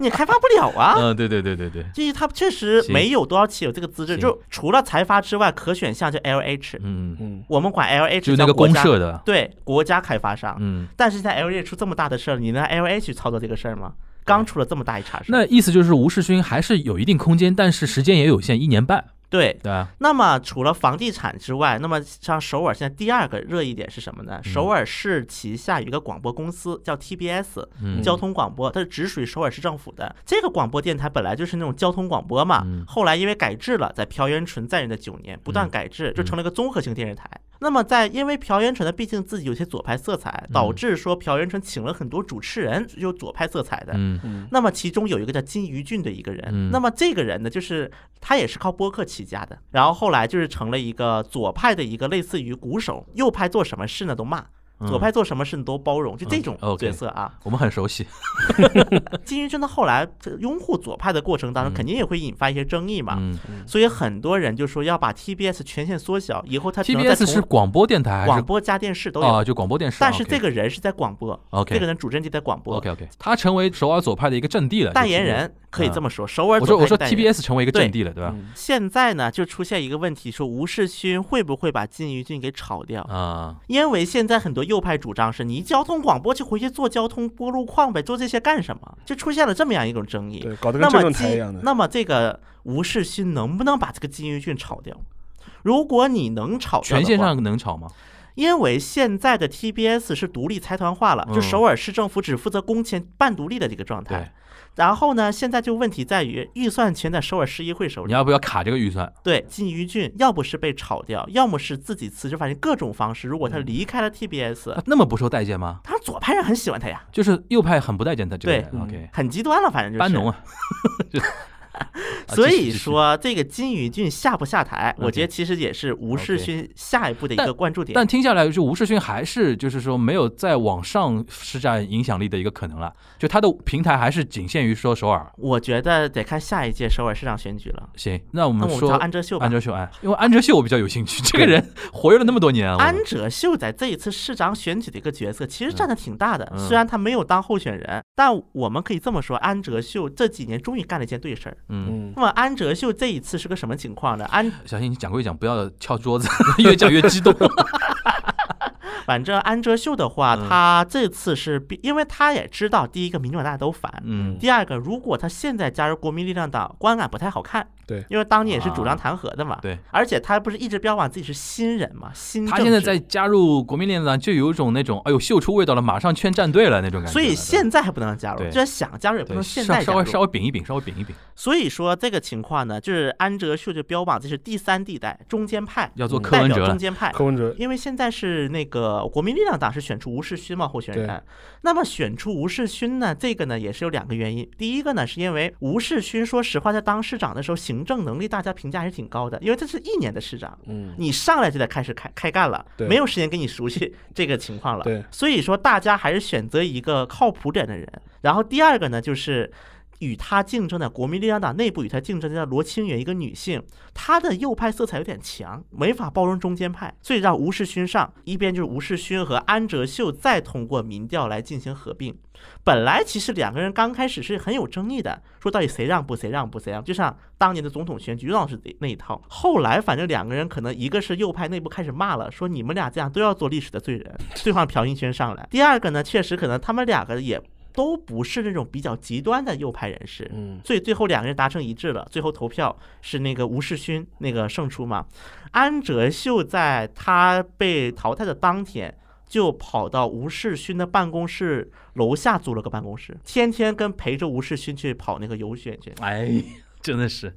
Speaker 3: 你开发不了啊。
Speaker 2: 嗯，对对对对对，
Speaker 3: 就是他确实
Speaker 2: 行
Speaker 3: 没有多少企业有这个资质，
Speaker 2: 行
Speaker 3: 就除了财阀之外，可选项就 LH，
Speaker 2: 嗯，
Speaker 4: 嗯，
Speaker 3: 我们管 LH
Speaker 2: 就是那个
Speaker 3: 叫国
Speaker 2: 公
Speaker 3: 家
Speaker 2: 社的，
Speaker 3: 对国家开发商。
Speaker 2: 嗯，
Speaker 3: 但是在 LH 出这么大的事儿，你能让 LH 去操作这个事儿吗？刚出了这么大一茬事儿。
Speaker 2: 那意思就是吴世勋还是有一定空间，但是时间也有限，一年半，
Speaker 3: 对，
Speaker 2: 对吧？
Speaker 3: 那么除了房地产之外，那么像首尔现在第二个热议点是什么
Speaker 2: 嗯
Speaker 3: 呢？首尔市旗下有一个广播公司叫 TBS，、
Speaker 2: 嗯
Speaker 3: 交通广播，它是直属于首尔市政府的。这个广播电台本来就是那种交通广播嘛，
Speaker 2: 嗯
Speaker 3: 后来因为改制了，在朴元淳在任的九年不断改制，
Speaker 2: 嗯
Speaker 3: 就成了一个综合性电视台。那么在因为朴元淳呢，毕竟自己有些左派色彩，
Speaker 2: 嗯
Speaker 3: 导致说朴元淳请了很多主持人有左派色彩的。
Speaker 2: 嗯
Speaker 3: 那么其中有一个叫金鱼俊的一个人，
Speaker 2: 嗯
Speaker 3: 那么这个人呢，就是他也是靠播客起家的，然后后来就是成了一个左派的一个类似于鼓手，右派做什么事呢都骂，嗯左派做什么事呢都包容，就这种
Speaker 2: 嗯嗯，OK
Speaker 3: 角色啊。
Speaker 2: 我们很熟悉，
Speaker 3: 金鱼俊他后来拥护左派的过程当中，肯定也会引发一些争议嘛，
Speaker 2: 嗯
Speaker 3: 所以很多人就说要把 TBS 权限缩小，以后他只能在
Speaker 2: ，TBS 是广播电台还
Speaker 3: 广
Speaker 2: 是
Speaker 3: 播加电视都有，
Speaker 2: 啊？就广播电视啊。
Speaker 3: 但是
Speaker 2: OK
Speaker 3: 这个人是在广播
Speaker 2: OK
Speaker 3: 这个人主阵地在广播
Speaker 2: OK OK，他成为首尔左派的一个阵地了，
Speaker 3: 代言
Speaker 2: 就 TBS。
Speaker 3: 人可以这么说，首尔
Speaker 2: 我说
Speaker 3: 左派
Speaker 2: 我说
Speaker 3: 代言人
Speaker 2: TBS 成为一个阵地了，对
Speaker 4: 嗯
Speaker 2: 吧？
Speaker 3: 现在呢，就出现一个问题，说吴世勋会不会把金鱼俊给炒掉？
Speaker 2: 啊，
Speaker 3: 因为现在很多右派主张是你交通广播就回去做交通拨路况呗，做这些干什么？就出现了这么样一种争议。
Speaker 4: 对，搞得
Speaker 3: 那
Speaker 4: 跟
Speaker 3: 么
Speaker 4: 政论台一样
Speaker 3: 金，
Speaker 4: 的。
Speaker 3: 那么这个吴世勋能不能把这个金鱼俊炒掉？如果你能炒掉的话
Speaker 2: 权限上能炒吗？
Speaker 3: 因为现在的 TBS 是独立财团化了，就
Speaker 2: 嗯
Speaker 3: 首尔市政府只负责工钱，半独立的这个状
Speaker 2: 对
Speaker 3: 态。，然后呢，现在就问题在于预算权在首尔市议会手里
Speaker 2: 你。要不要卡这个预算？
Speaker 3: 对，金鱼俊要不是被炒掉，要么是自己辞职，反正各种方式。如果他离开了 TBS，、
Speaker 2: 他那么不受待见吗？
Speaker 3: 他左派人很喜欢他呀，
Speaker 2: 就是右派很不待见他这个人
Speaker 3: 对
Speaker 2: ，OK，
Speaker 3: 很极端了，反正就是。
Speaker 2: 班农啊， 就
Speaker 3: 所
Speaker 2: 啊继续
Speaker 3: 以
Speaker 2: 继续
Speaker 3: 说，这个金宇俊下不下台，我觉得其实也是吴世
Speaker 2: OK
Speaker 3: 勋下一步的一个关注点。
Speaker 2: 但听下来，就是吴世勋还是就是说没有再往上施展影响力的一个可能了，就他的平台还是仅限于说首尔。
Speaker 3: 我觉得得看下一届首尔市长选举了。
Speaker 2: 行，那我
Speaker 3: 那
Speaker 2: 们
Speaker 3: 我们
Speaker 2: 说
Speaker 3: 叫安哲秀吧。
Speaker 2: 安哲秀案，因为安哲秀我比较有兴趣，这个人活跃了那么多年啊，我
Speaker 3: 安哲秀在这一次市长选举的一个角色，其实占的挺大的。
Speaker 2: 嗯
Speaker 3: 虽然他没有当候选人，但我们可以这么说，安哲秀这几年终于干了一件对事儿。
Speaker 2: 嗯。
Speaker 4: 嗯，
Speaker 3: 那么安哲秀这一次是个什么情况呢？安，
Speaker 2: 小新，你讲归讲，不要敲桌子， 越讲越 激动。
Speaker 3: 嗯反正安哲秀的话，
Speaker 2: 嗯
Speaker 3: 他这次是比，因为他也知道，第一个民主党大家都反，
Speaker 2: 嗯
Speaker 3: 第二个，如果他现在加入国民力量党，观感不太好看。
Speaker 4: 对
Speaker 3: 因为当年也是主张弹劾的嘛。
Speaker 2: 对，
Speaker 3: 而且他不是一直标榜自己是新人嘛，新
Speaker 2: 他
Speaker 3: 政
Speaker 2: 现在
Speaker 3: 治
Speaker 2: 在加入国民力量，就有一种那种哎呦秀出味道了，马上圈战队了那种感觉。
Speaker 3: 所以
Speaker 2: 对
Speaker 3: 现在还不能加入，
Speaker 2: 对
Speaker 3: 就算想加入也不
Speaker 2: 对
Speaker 3: 能现
Speaker 2: 稍
Speaker 3: 在加
Speaker 2: 稍微
Speaker 3: 入。
Speaker 2: 稍微饼一饼，稍微饼一饼，
Speaker 3: 所以说这个情况呢，就是安哲秀就标榜这是第三地带中间派，
Speaker 2: 要做
Speaker 4: 嗯
Speaker 2: 柯
Speaker 3: 代
Speaker 2: 文
Speaker 3: 表
Speaker 2: 哲了
Speaker 3: 中。间派。
Speaker 4: 柯文哲
Speaker 3: 因为现在是那个国民力量党是选出吴世勋嘛候选
Speaker 4: 对
Speaker 3: 人，那么选出吴世勋呢，这个呢也是有两个原因。第一个呢，是因为吴世勋说实话，在当市长的时候，行政能力大家评价还是挺高的，因为这是一年的市长，
Speaker 4: 嗯，
Speaker 3: 你上来就得开始开开干了，
Speaker 4: 对
Speaker 3: 没有时间跟你熟悉 这个情况了。
Speaker 4: 对
Speaker 3: 所以说大家还是选择一个靠谱点的人。然后第二个呢，就是与他竞争的国民力量党内部与他竞争的罗清源，一个女性，她的右派色彩有点强，没法包容中间派，所以让吴世勋上，一边就是吴世勋和安哲秀再通过民调来进行合并。本来其实两个人刚开始是很有争议的，说到底谁让步谁让步谁让步，就像当年的总统选举老师那一套。后来反正两个人可能一个是右派内部开始骂了，说你们俩这样都要做历史的罪人，对方朴英轩上来。第二个呢，确实可能他们两个也都不是那种比较极端的右派人士，
Speaker 4: 嗯，
Speaker 3: 所以最后两个人达成一致了，最后投票是那个吴世勋那个胜出嘛。安哲秀在他被淘汰的当天。就跑到吴世勋的办公室楼下租了个办公室，天天跟陪着吴世勋去跑那个游选去。
Speaker 2: 哎，真的是，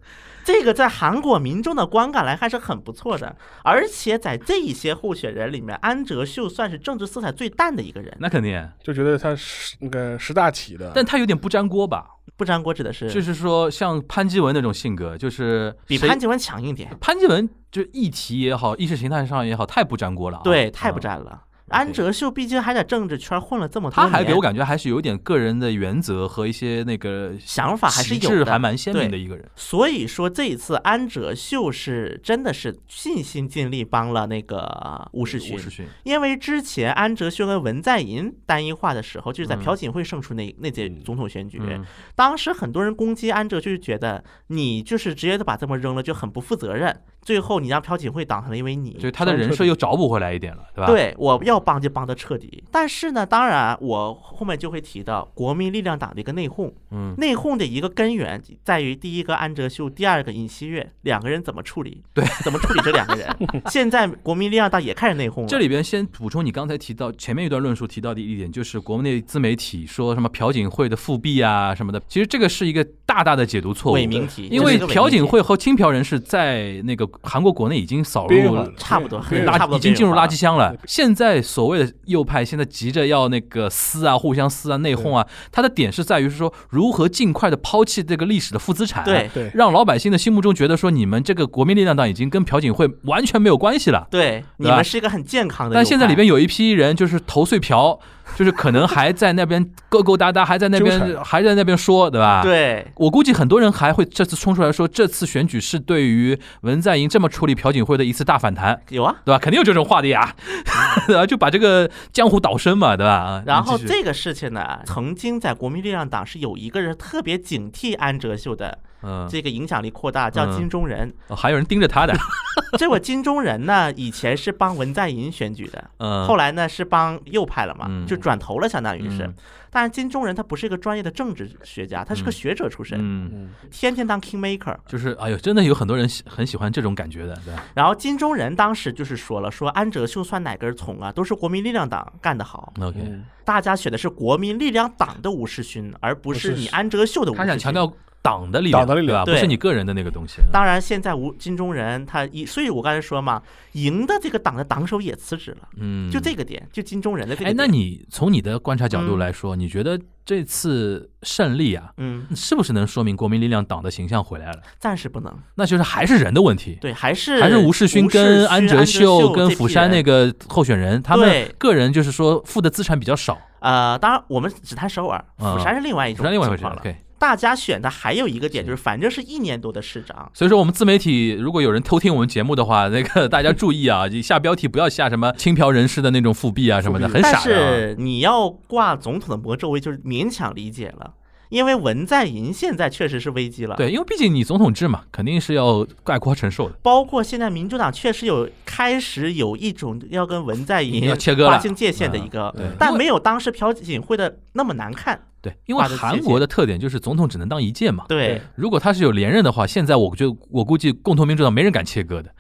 Speaker 3: 这个在韩国民众的观感来看是很不错的，而且在这一些候选人里面，安哲秀算是政治色彩最淡的一个人。
Speaker 2: 那肯定。啊
Speaker 4: 就觉得他是那个识大体的，
Speaker 2: 但他有点不粘锅吧？
Speaker 3: 不粘锅指的是，
Speaker 2: 就是说，像潘基文那种性格，就是
Speaker 3: 嗯比
Speaker 2: 谁
Speaker 3: 潘基文强硬点，
Speaker 2: 潘基文就是议题也好，意识形态上也好，太不粘锅了、啊。
Speaker 3: 对，太不
Speaker 2: 嗯。
Speaker 3: 沾了。安哲秀毕竟还在政治圈混了这么多
Speaker 2: 他
Speaker 3: 年，
Speaker 2: 还给我感觉还是有点个人的原则和一些那个
Speaker 3: 想法还是
Speaker 2: 旗
Speaker 3: 有
Speaker 2: 帜
Speaker 3: 的
Speaker 2: 还蛮鲜明
Speaker 3: 对
Speaker 2: 的一个人。
Speaker 3: 所以说这一次安哲秀是真的是尽心尽力帮了那个吴世勋
Speaker 2: 吴，世勋，
Speaker 3: 因为之前安哲秀跟文在寅单一化的时候，就是在朴槿惠胜出那、那届总统选举，
Speaker 2: 嗯
Speaker 3: 当时很多人攻击安哲，就是觉得你就是直接就把这么扔了，就很不负责任。最后你让朴槿惠挡上了，因为你
Speaker 2: 就是他的人设又找补回来一点了，对吧？，
Speaker 3: 对我要帮就帮得彻底。但是呢，当然我后面就会提到国民力量党的一个内讧，
Speaker 2: 嗯，
Speaker 3: 内讧的一个根源在于第一个安哲秀，第二个尹锡悦，两个人怎么处理？
Speaker 2: 对，
Speaker 3: 怎么处理这两 个人？现在国民力量党也开始内讧了。
Speaker 2: 这里边先补充你刚才提到前面一段论述提到的一点，就是国内自媒体说什么朴槿惠的复辟啊什么的，其实这个是一个大大的解读错误。
Speaker 3: 伪命题，
Speaker 2: 因为朴槿惠和青朴人士在那个韩国国内已经扫
Speaker 4: 边
Speaker 2: 入
Speaker 4: 缘化了
Speaker 3: 差不多
Speaker 4: 边缘
Speaker 3: 很
Speaker 4: 化
Speaker 3: 差
Speaker 2: 垃，
Speaker 3: 不多
Speaker 2: 已经进入垃圾箱了
Speaker 4: 边缘化。
Speaker 2: 现在所谓的右派现在急着要那个撕啊，互相撕啊，内讧啊，它的点是在于是说如何尽快的抛弃这个历史的负资产，
Speaker 3: 对，
Speaker 4: 对，
Speaker 2: 让老百姓的心目中觉得说你们这个国民力量党已经跟朴槿惠完全没有关系了。
Speaker 3: 对，你
Speaker 2: 吧
Speaker 3: 们是一个很健康的右派。
Speaker 2: 但现在里边有一批人就是头碎瓢，就是可能还在那边勾勾搭搭，还在那
Speaker 4: 纠
Speaker 2: 边还在那边说，对吧？。
Speaker 3: 对
Speaker 2: 我估计很多人还会这次冲出来说，这次选举是对于文在寅这么处理朴槿惠的一次大反弹，
Speaker 3: 有啊。
Speaker 2: 对吧？肯定有这种话的呀， 对吧？就把这个江湖倒深嘛，对吧？啊
Speaker 3: 然后
Speaker 2: 你继续
Speaker 3: 这个事情呢，曾经在国民力量党是有一个人特别警惕安哲秀的
Speaker 2: 嗯，
Speaker 3: 这个影响力扩大，叫
Speaker 2: 嗯
Speaker 3: 金钟仁。
Speaker 2: 哦还有人盯着 他的，
Speaker 3: 这位金钟仁呢，以前是帮文在寅选举的，
Speaker 2: 嗯，
Speaker 3: 后来呢是帮右派了嘛，
Speaker 2: 嗯
Speaker 3: 就转头了，相当于是
Speaker 2: 嗯。
Speaker 3: 但是金钟仁他不是一个专业的政治学家，他是个
Speaker 2: 嗯
Speaker 3: 学者出身，
Speaker 2: 嗯，
Speaker 4: 嗯，
Speaker 3: 天天当 kingmaker。
Speaker 2: 就是哎呦，真的有很多人喜很喜欢这种感觉的，对吧？
Speaker 3: 然后金钟仁当时就是说了，说安哲秀算哪根葱啊，都是国民力量党干得好，
Speaker 2: OK，
Speaker 4: 嗯
Speaker 3: 大家选的是国民力量党的吴世勋，而不是
Speaker 4: 不是
Speaker 3: 你安哲秀的吴世勋。
Speaker 2: 他想强。调党的力量，
Speaker 4: 党的力量
Speaker 2: 对吧？不是
Speaker 3: 对
Speaker 2: 你个人的那个东西。
Speaker 3: 当然，现在吴金钟仁他一，所以我刚才说嘛，赢的这个党的党首也辞职了，
Speaker 2: 嗯，
Speaker 3: 就这个点，就金钟仁的这个
Speaker 2: 哎，
Speaker 3: 点。
Speaker 2: 那你从你的观察角度
Speaker 3: 嗯
Speaker 2: 来说，你觉得这次胜利啊，
Speaker 3: 嗯，
Speaker 2: 是不是能说明国民力量党的形象回来了？
Speaker 3: 暂时不能
Speaker 2: 那就是还是人的问题，
Speaker 3: 对，还是
Speaker 2: 还是吴
Speaker 3: 吴
Speaker 2: 世勋
Speaker 3: 世
Speaker 2: 跟安哲秀跟
Speaker 3: 这批
Speaker 2: 釜山那
Speaker 3: 人
Speaker 2: 个候选人，他们
Speaker 3: 对
Speaker 2: 个人就是说负的资产比较少，
Speaker 3: 呃，当然我们只谈首尔，
Speaker 2: 嗯
Speaker 3: 釜山是另外一
Speaker 2: 釜
Speaker 3: 种
Speaker 2: 山另外一回
Speaker 3: 情
Speaker 2: 事。
Speaker 3: 况了。
Speaker 2: OK，
Speaker 3: 大家选的还有一个点
Speaker 2: 是
Speaker 3: 就是，反正是一年多的市长，
Speaker 2: 所以说我们自媒体如果有人偷听我们节目的话，那个大家注意啊，你下标题不要下什么轻佻人士的那种复辟啊什么的，
Speaker 4: 复
Speaker 2: 很
Speaker 3: 但
Speaker 2: 傻的啊。
Speaker 3: 是你要挂总统的魔咒位，就是勉强理解了，因为文在寅现在确实是危机了。
Speaker 2: 对，因为毕竟你总统制嘛，肯定是要概括承受的。
Speaker 3: 包括现在民主党确实有开始有一种要跟文在寅
Speaker 2: 要切割了嗯
Speaker 3: 划清界限的一个，
Speaker 2: 对，
Speaker 3: 但没有当时朴槿惠的那么难看。
Speaker 2: 对，因为
Speaker 3: 划得
Speaker 2: 韩
Speaker 3: 界
Speaker 2: 国
Speaker 3: 限
Speaker 2: 的特点就是总统只能当一届嘛。
Speaker 3: 对，
Speaker 2: 如果他是有连任的话，现在我觉得我估计共同民主党没人敢切割的，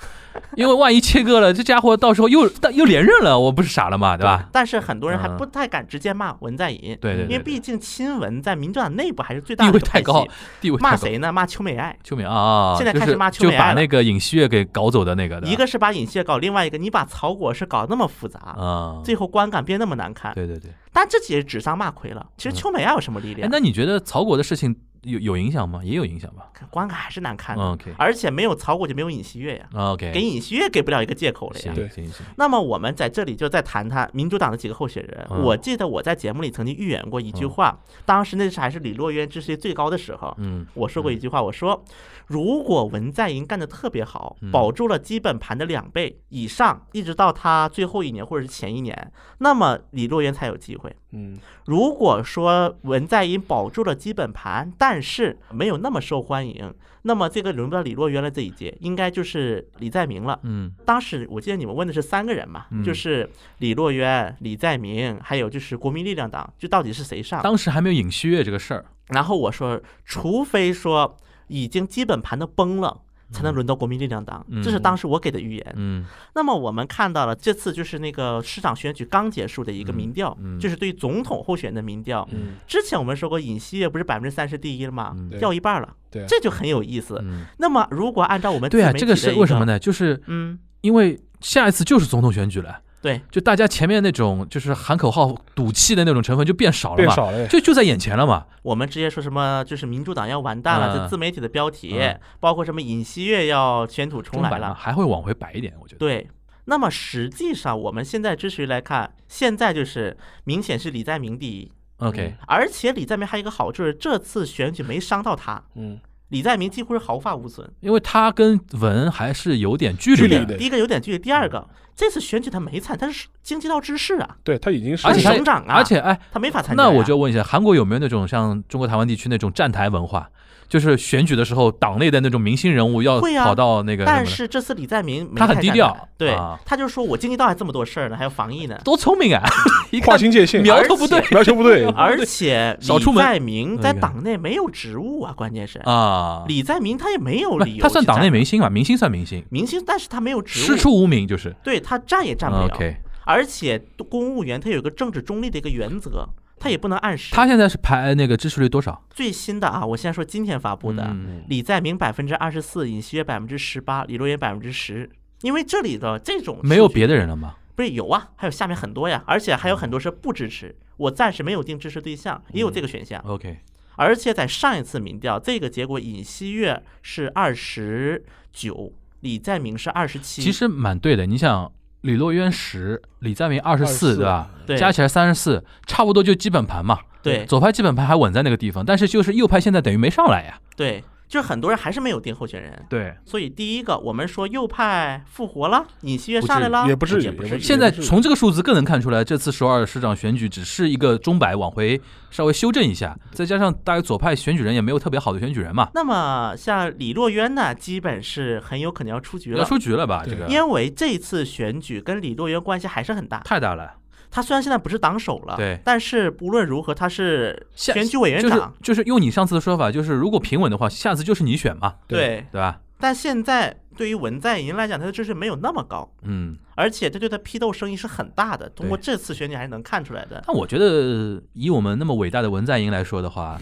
Speaker 2: 因为万一切割了，这家伙到时候又但又连任了，我不是傻了嘛，对吧？
Speaker 3: 但是很多人还
Speaker 2: 嗯
Speaker 3: 不太敢直接骂文在寅，
Speaker 2: 对对对
Speaker 3: 因为
Speaker 2: 对
Speaker 3: 毕竟亲文在民主党内部还是最大
Speaker 2: 地
Speaker 3: 的
Speaker 2: 位
Speaker 3: 一个
Speaker 2: 太
Speaker 3: 派系
Speaker 2: 高，地位太
Speaker 3: 骂
Speaker 2: 高？
Speaker 3: 谁呢？骂邱美爱。
Speaker 2: 秋美啊，
Speaker 3: 现在开始骂
Speaker 2: 就是
Speaker 3: 秋
Speaker 2: 就
Speaker 3: 美爱
Speaker 2: 把
Speaker 3: 了
Speaker 2: 那个尹锡悦给搞走的那个的
Speaker 3: 一个是把尹锡搞，另外一个你把曹果是搞那么复杂，
Speaker 2: 啊，
Speaker 3: 最后观感变那么难看，
Speaker 2: 对对对。
Speaker 3: 但这也是指桑骂槐了。其实邱美爱有什么力
Speaker 2: 哎
Speaker 3: 量，？
Speaker 2: 那你觉得曹国的事情有有影响吗？也有影响吧。
Speaker 3: 观感还是难看的，
Speaker 2: 嗯，OK
Speaker 3: 而且没有曹果就没有尹锡悦呀，给
Speaker 2: OK，
Speaker 3: 尹锡悦给不了一个借口了呀
Speaker 2: 行。
Speaker 4: 对
Speaker 2: 行行，
Speaker 3: 那么我们在这里就再谈谈民主党的几个候选人。
Speaker 2: 嗯
Speaker 3: 我记得我在节目里曾经预言过一句话，当时那是还是李洛渊支持率最高的时候，
Speaker 2: 嗯
Speaker 3: 我说过一句话，我说如果文在寅干得特别好
Speaker 2: 嗯，
Speaker 3: 保住了基本盘的两倍以上，一直到他最后一年或者是前一年，那么李洛渊才有机会。
Speaker 4: 嗯，
Speaker 3: 如果说文在寅保住了基本盘，但是没有那么受欢迎，那么这个轮不到李洛渊了这一届，应该就是李在明了。
Speaker 2: 嗯
Speaker 3: 当时我记得你们问的是三个人嘛，
Speaker 2: 嗯
Speaker 3: 就是李洛渊、李在明，还有就是国民力量党，就到底是谁上？
Speaker 2: 当时还没有尹锡悦这个事儿，
Speaker 3: 然后我说，除非说已经基本盘都崩了。才能轮到国民力量党，
Speaker 2: 嗯
Speaker 3: 这是当时我给的预言。
Speaker 2: 嗯
Speaker 3: 那么我们看到了这次就是那个市长选举刚结束的一个民调，
Speaker 2: 嗯嗯
Speaker 3: 就是对总统候选人的民调。
Speaker 4: 嗯
Speaker 3: 之前我们说过，尹锡悦不是百分之三十第一了吗？
Speaker 2: 嗯
Speaker 4: 对
Speaker 3: 掉一半了，
Speaker 4: 对啊
Speaker 3: 这就很有意思。
Speaker 2: 嗯，
Speaker 3: 那么如果按照我们
Speaker 2: 对啊，
Speaker 3: 自媒
Speaker 2: 这个
Speaker 3: 体的
Speaker 2: 是
Speaker 3: 一
Speaker 2: 为什么？呢？就是
Speaker 3: 嗯，
Speaker 2: 因为下一次就是总统选举了，
Speaker 3: 对，
Speaker 2: 就大家前面那种就是喊口号、赌气的那种成分就变少了
Speaker 4: 嗯变
Speaker 2: 嘛，
Speaker 4: 少了，
Speaker 2: 就就在眼前了嘛。
Speaker 3: 我们直接说什么就是民主党要完蛋
Speaker 2: 嗯
Speaker 3: 了，这自媒体的标题
Speaker 2: 嗯，
Speaker 3: 包括什么尹锡悦要卷土重
Speaker 2: 中
Speaker 3: 来
Speaker 2: 版嘛
Speaker 3: 了，
Speaker 2: 还会往回摆一点，我觉得。
Speaker 3: 对。那么实际上，我们现在支持率来看，现在就是明显是李在明第一，
Speaker 2: OK，
Speaker 3: 而且李在明还有一个好处是，这次选举没伤到他，
Speaker 4: 嗯，
Speaker 3: 李在明几乎是毫发无损。
Speaker 2: 因为他跟文还是有点距
Speaker 4: 距
Speaker 2: 离
Speaker 4: 离
Speaker 2: 的，
Speaker 4: 的
Speaker 3: 第一个有点距离，第二个这次选举他没参，他是经济到知事啊，
Speaker 4: 对他已经是，
Speaker 2: 而且他
Speaker 3: 省长啊，
Speaker 2: 而且哎，
Speaker 3: 他没法参加呀。
Speaker 2: 那我就问一下，韩国有没有那种像中国台湾地区那种站台文化？就是选举的时候，党内的那种明星人物要
Speaker 3: 会啊
Speaker 2: 跑到那个什么
Speaker 3: 但
Speaker 2: 的
Speaker 3: 是这次李在明没
Speaker 2: 他很
Speaker 3: 太
Speaker 2: 低
Speaker 3: 敢
Speaker 2: 调
Speaker 3: 打对
Speaker 2: 啊，
Speaker 3: 他就说我经济到还这么多事儿呢，还有防疫呢。
Speaker 2: 多聪明啊！ 一
Speaker 4: 划
Speaker 2: 看
Speaker 4: 清界限，
Speaker 2: 苗头不对
Speaker 4: 苗头不对，
Speaker 3: 而且
Speaker 2: 少出
Speaker 3: 李
Speaker 2: 门
Speaker 3: 在明在
Speaker 2: 那个
Speaker 3: 党内没有职务啊，关键是
Speaker 2: 啊，
Speaker 3: 李在明他也没有
Speaker 2: 不
Speaker 3: 理由，
Speaker 2: 他算党内明星吧？明星算明星，
Speaker 3: 明星，但是他没有职
Speaker 2: 师
Speaker 3: 务，
Speaker 2: 出无名就是。
Speaker 3: 对他站也站不了。
Speaker 2: 啊 OK，
Speaker 3: 而且公务员他有一个政治中立的一个原则，他也不能暗示。
Speaker 2: 他现在是排那个支持率多少？
Speaker 3: 最新的啊，我现在说今天发布的，
Speaker 2: 嗯
Speaker 3: 李在明百分之二十四，尹锡悦百分之十八，李若元百分之十。因为这里的这种
Speaker 2: 没有
Speaker 3: 数据
Speaker 2: 别的人了吗？
Speaker 3: 不是有啊，还有下面很多呀，而且还有很多是不支持。我暂时没有定支持对象，
Speaker 2: 嗯
Speaker 3: 也有这个选项。
Speaker 2: OK，
Speaker 3: 而且在上一次民调，这个结果尹锡悦是二十九，李在明是二十七。
Speaker 2: 其实蛮对的。你想，李洛渊十，李在明二十四，
Speaker 4: 24
Speaker 2: 对吧？
Speaker 3: 对
Speaker 2: 加起来三十四，差不多就基本盘嘛。
Speaker 3: 对
Speaker 2: 左派基本盘还稳在那个地方，但是就是右派现在等于没上来呀。
Speaker 3: 对，就是很多人还是没有定候选人。
Speaker 2: 对，
Speaker 3: 所以第一个，我们说右派复活了，尹锡悦上来了，
Speaker 4: 也不至于，
Speaker 3: 也
Speaker 4: 也
Speaker 3: 不
Speaker 4: 不
Speaker 3: 至
Speaker 4: 至
Speaker 3: 于
Speaker 4: 于。
Speaker 2: 现在从这个数字更能看出来，这次首尔市长选举只是一个钟摆往回稍微修正一下，再加上大家左派选举人也没有特别好的选举人嘛，
Speaker 3: 那么像李洛渊呢，基本是很有可能要出局
Speaker 2: 要
Speaker 3: 了，
Speaker 2: 出局了吧？
Speaker 4: 对
Speaker 2: 这个
Speaker 3: 因为这次选举跟李洛渊关系还是很大。
Speaker 2: 太大了，
Speaker 3: 他虽然现在不是党首了，
Speaker 2: 对
Speaker 3: 但是无论如何他是
Speaker 2: 下
Speaker 3: 选举委员
Speaker 2: 就是
Speaker 3: 长，
Speaker 2: 就是用你上次的说法，就是如果平稳的话，下次就是你选嘛，
Speaker 4: 对
Speaker 3: 对。
Speaker 2: 对吧？
Speaker 3: 但现在对于文在寅来讲，他的支持没有那么高，
Speaker 2: 嗯，
Speaker 3: 而且他对他批斗声音是很大的。通过这次选举还是能看出来的。
Speaker 2: 但我觉得以我们那么伟大的文在寅来说的 话，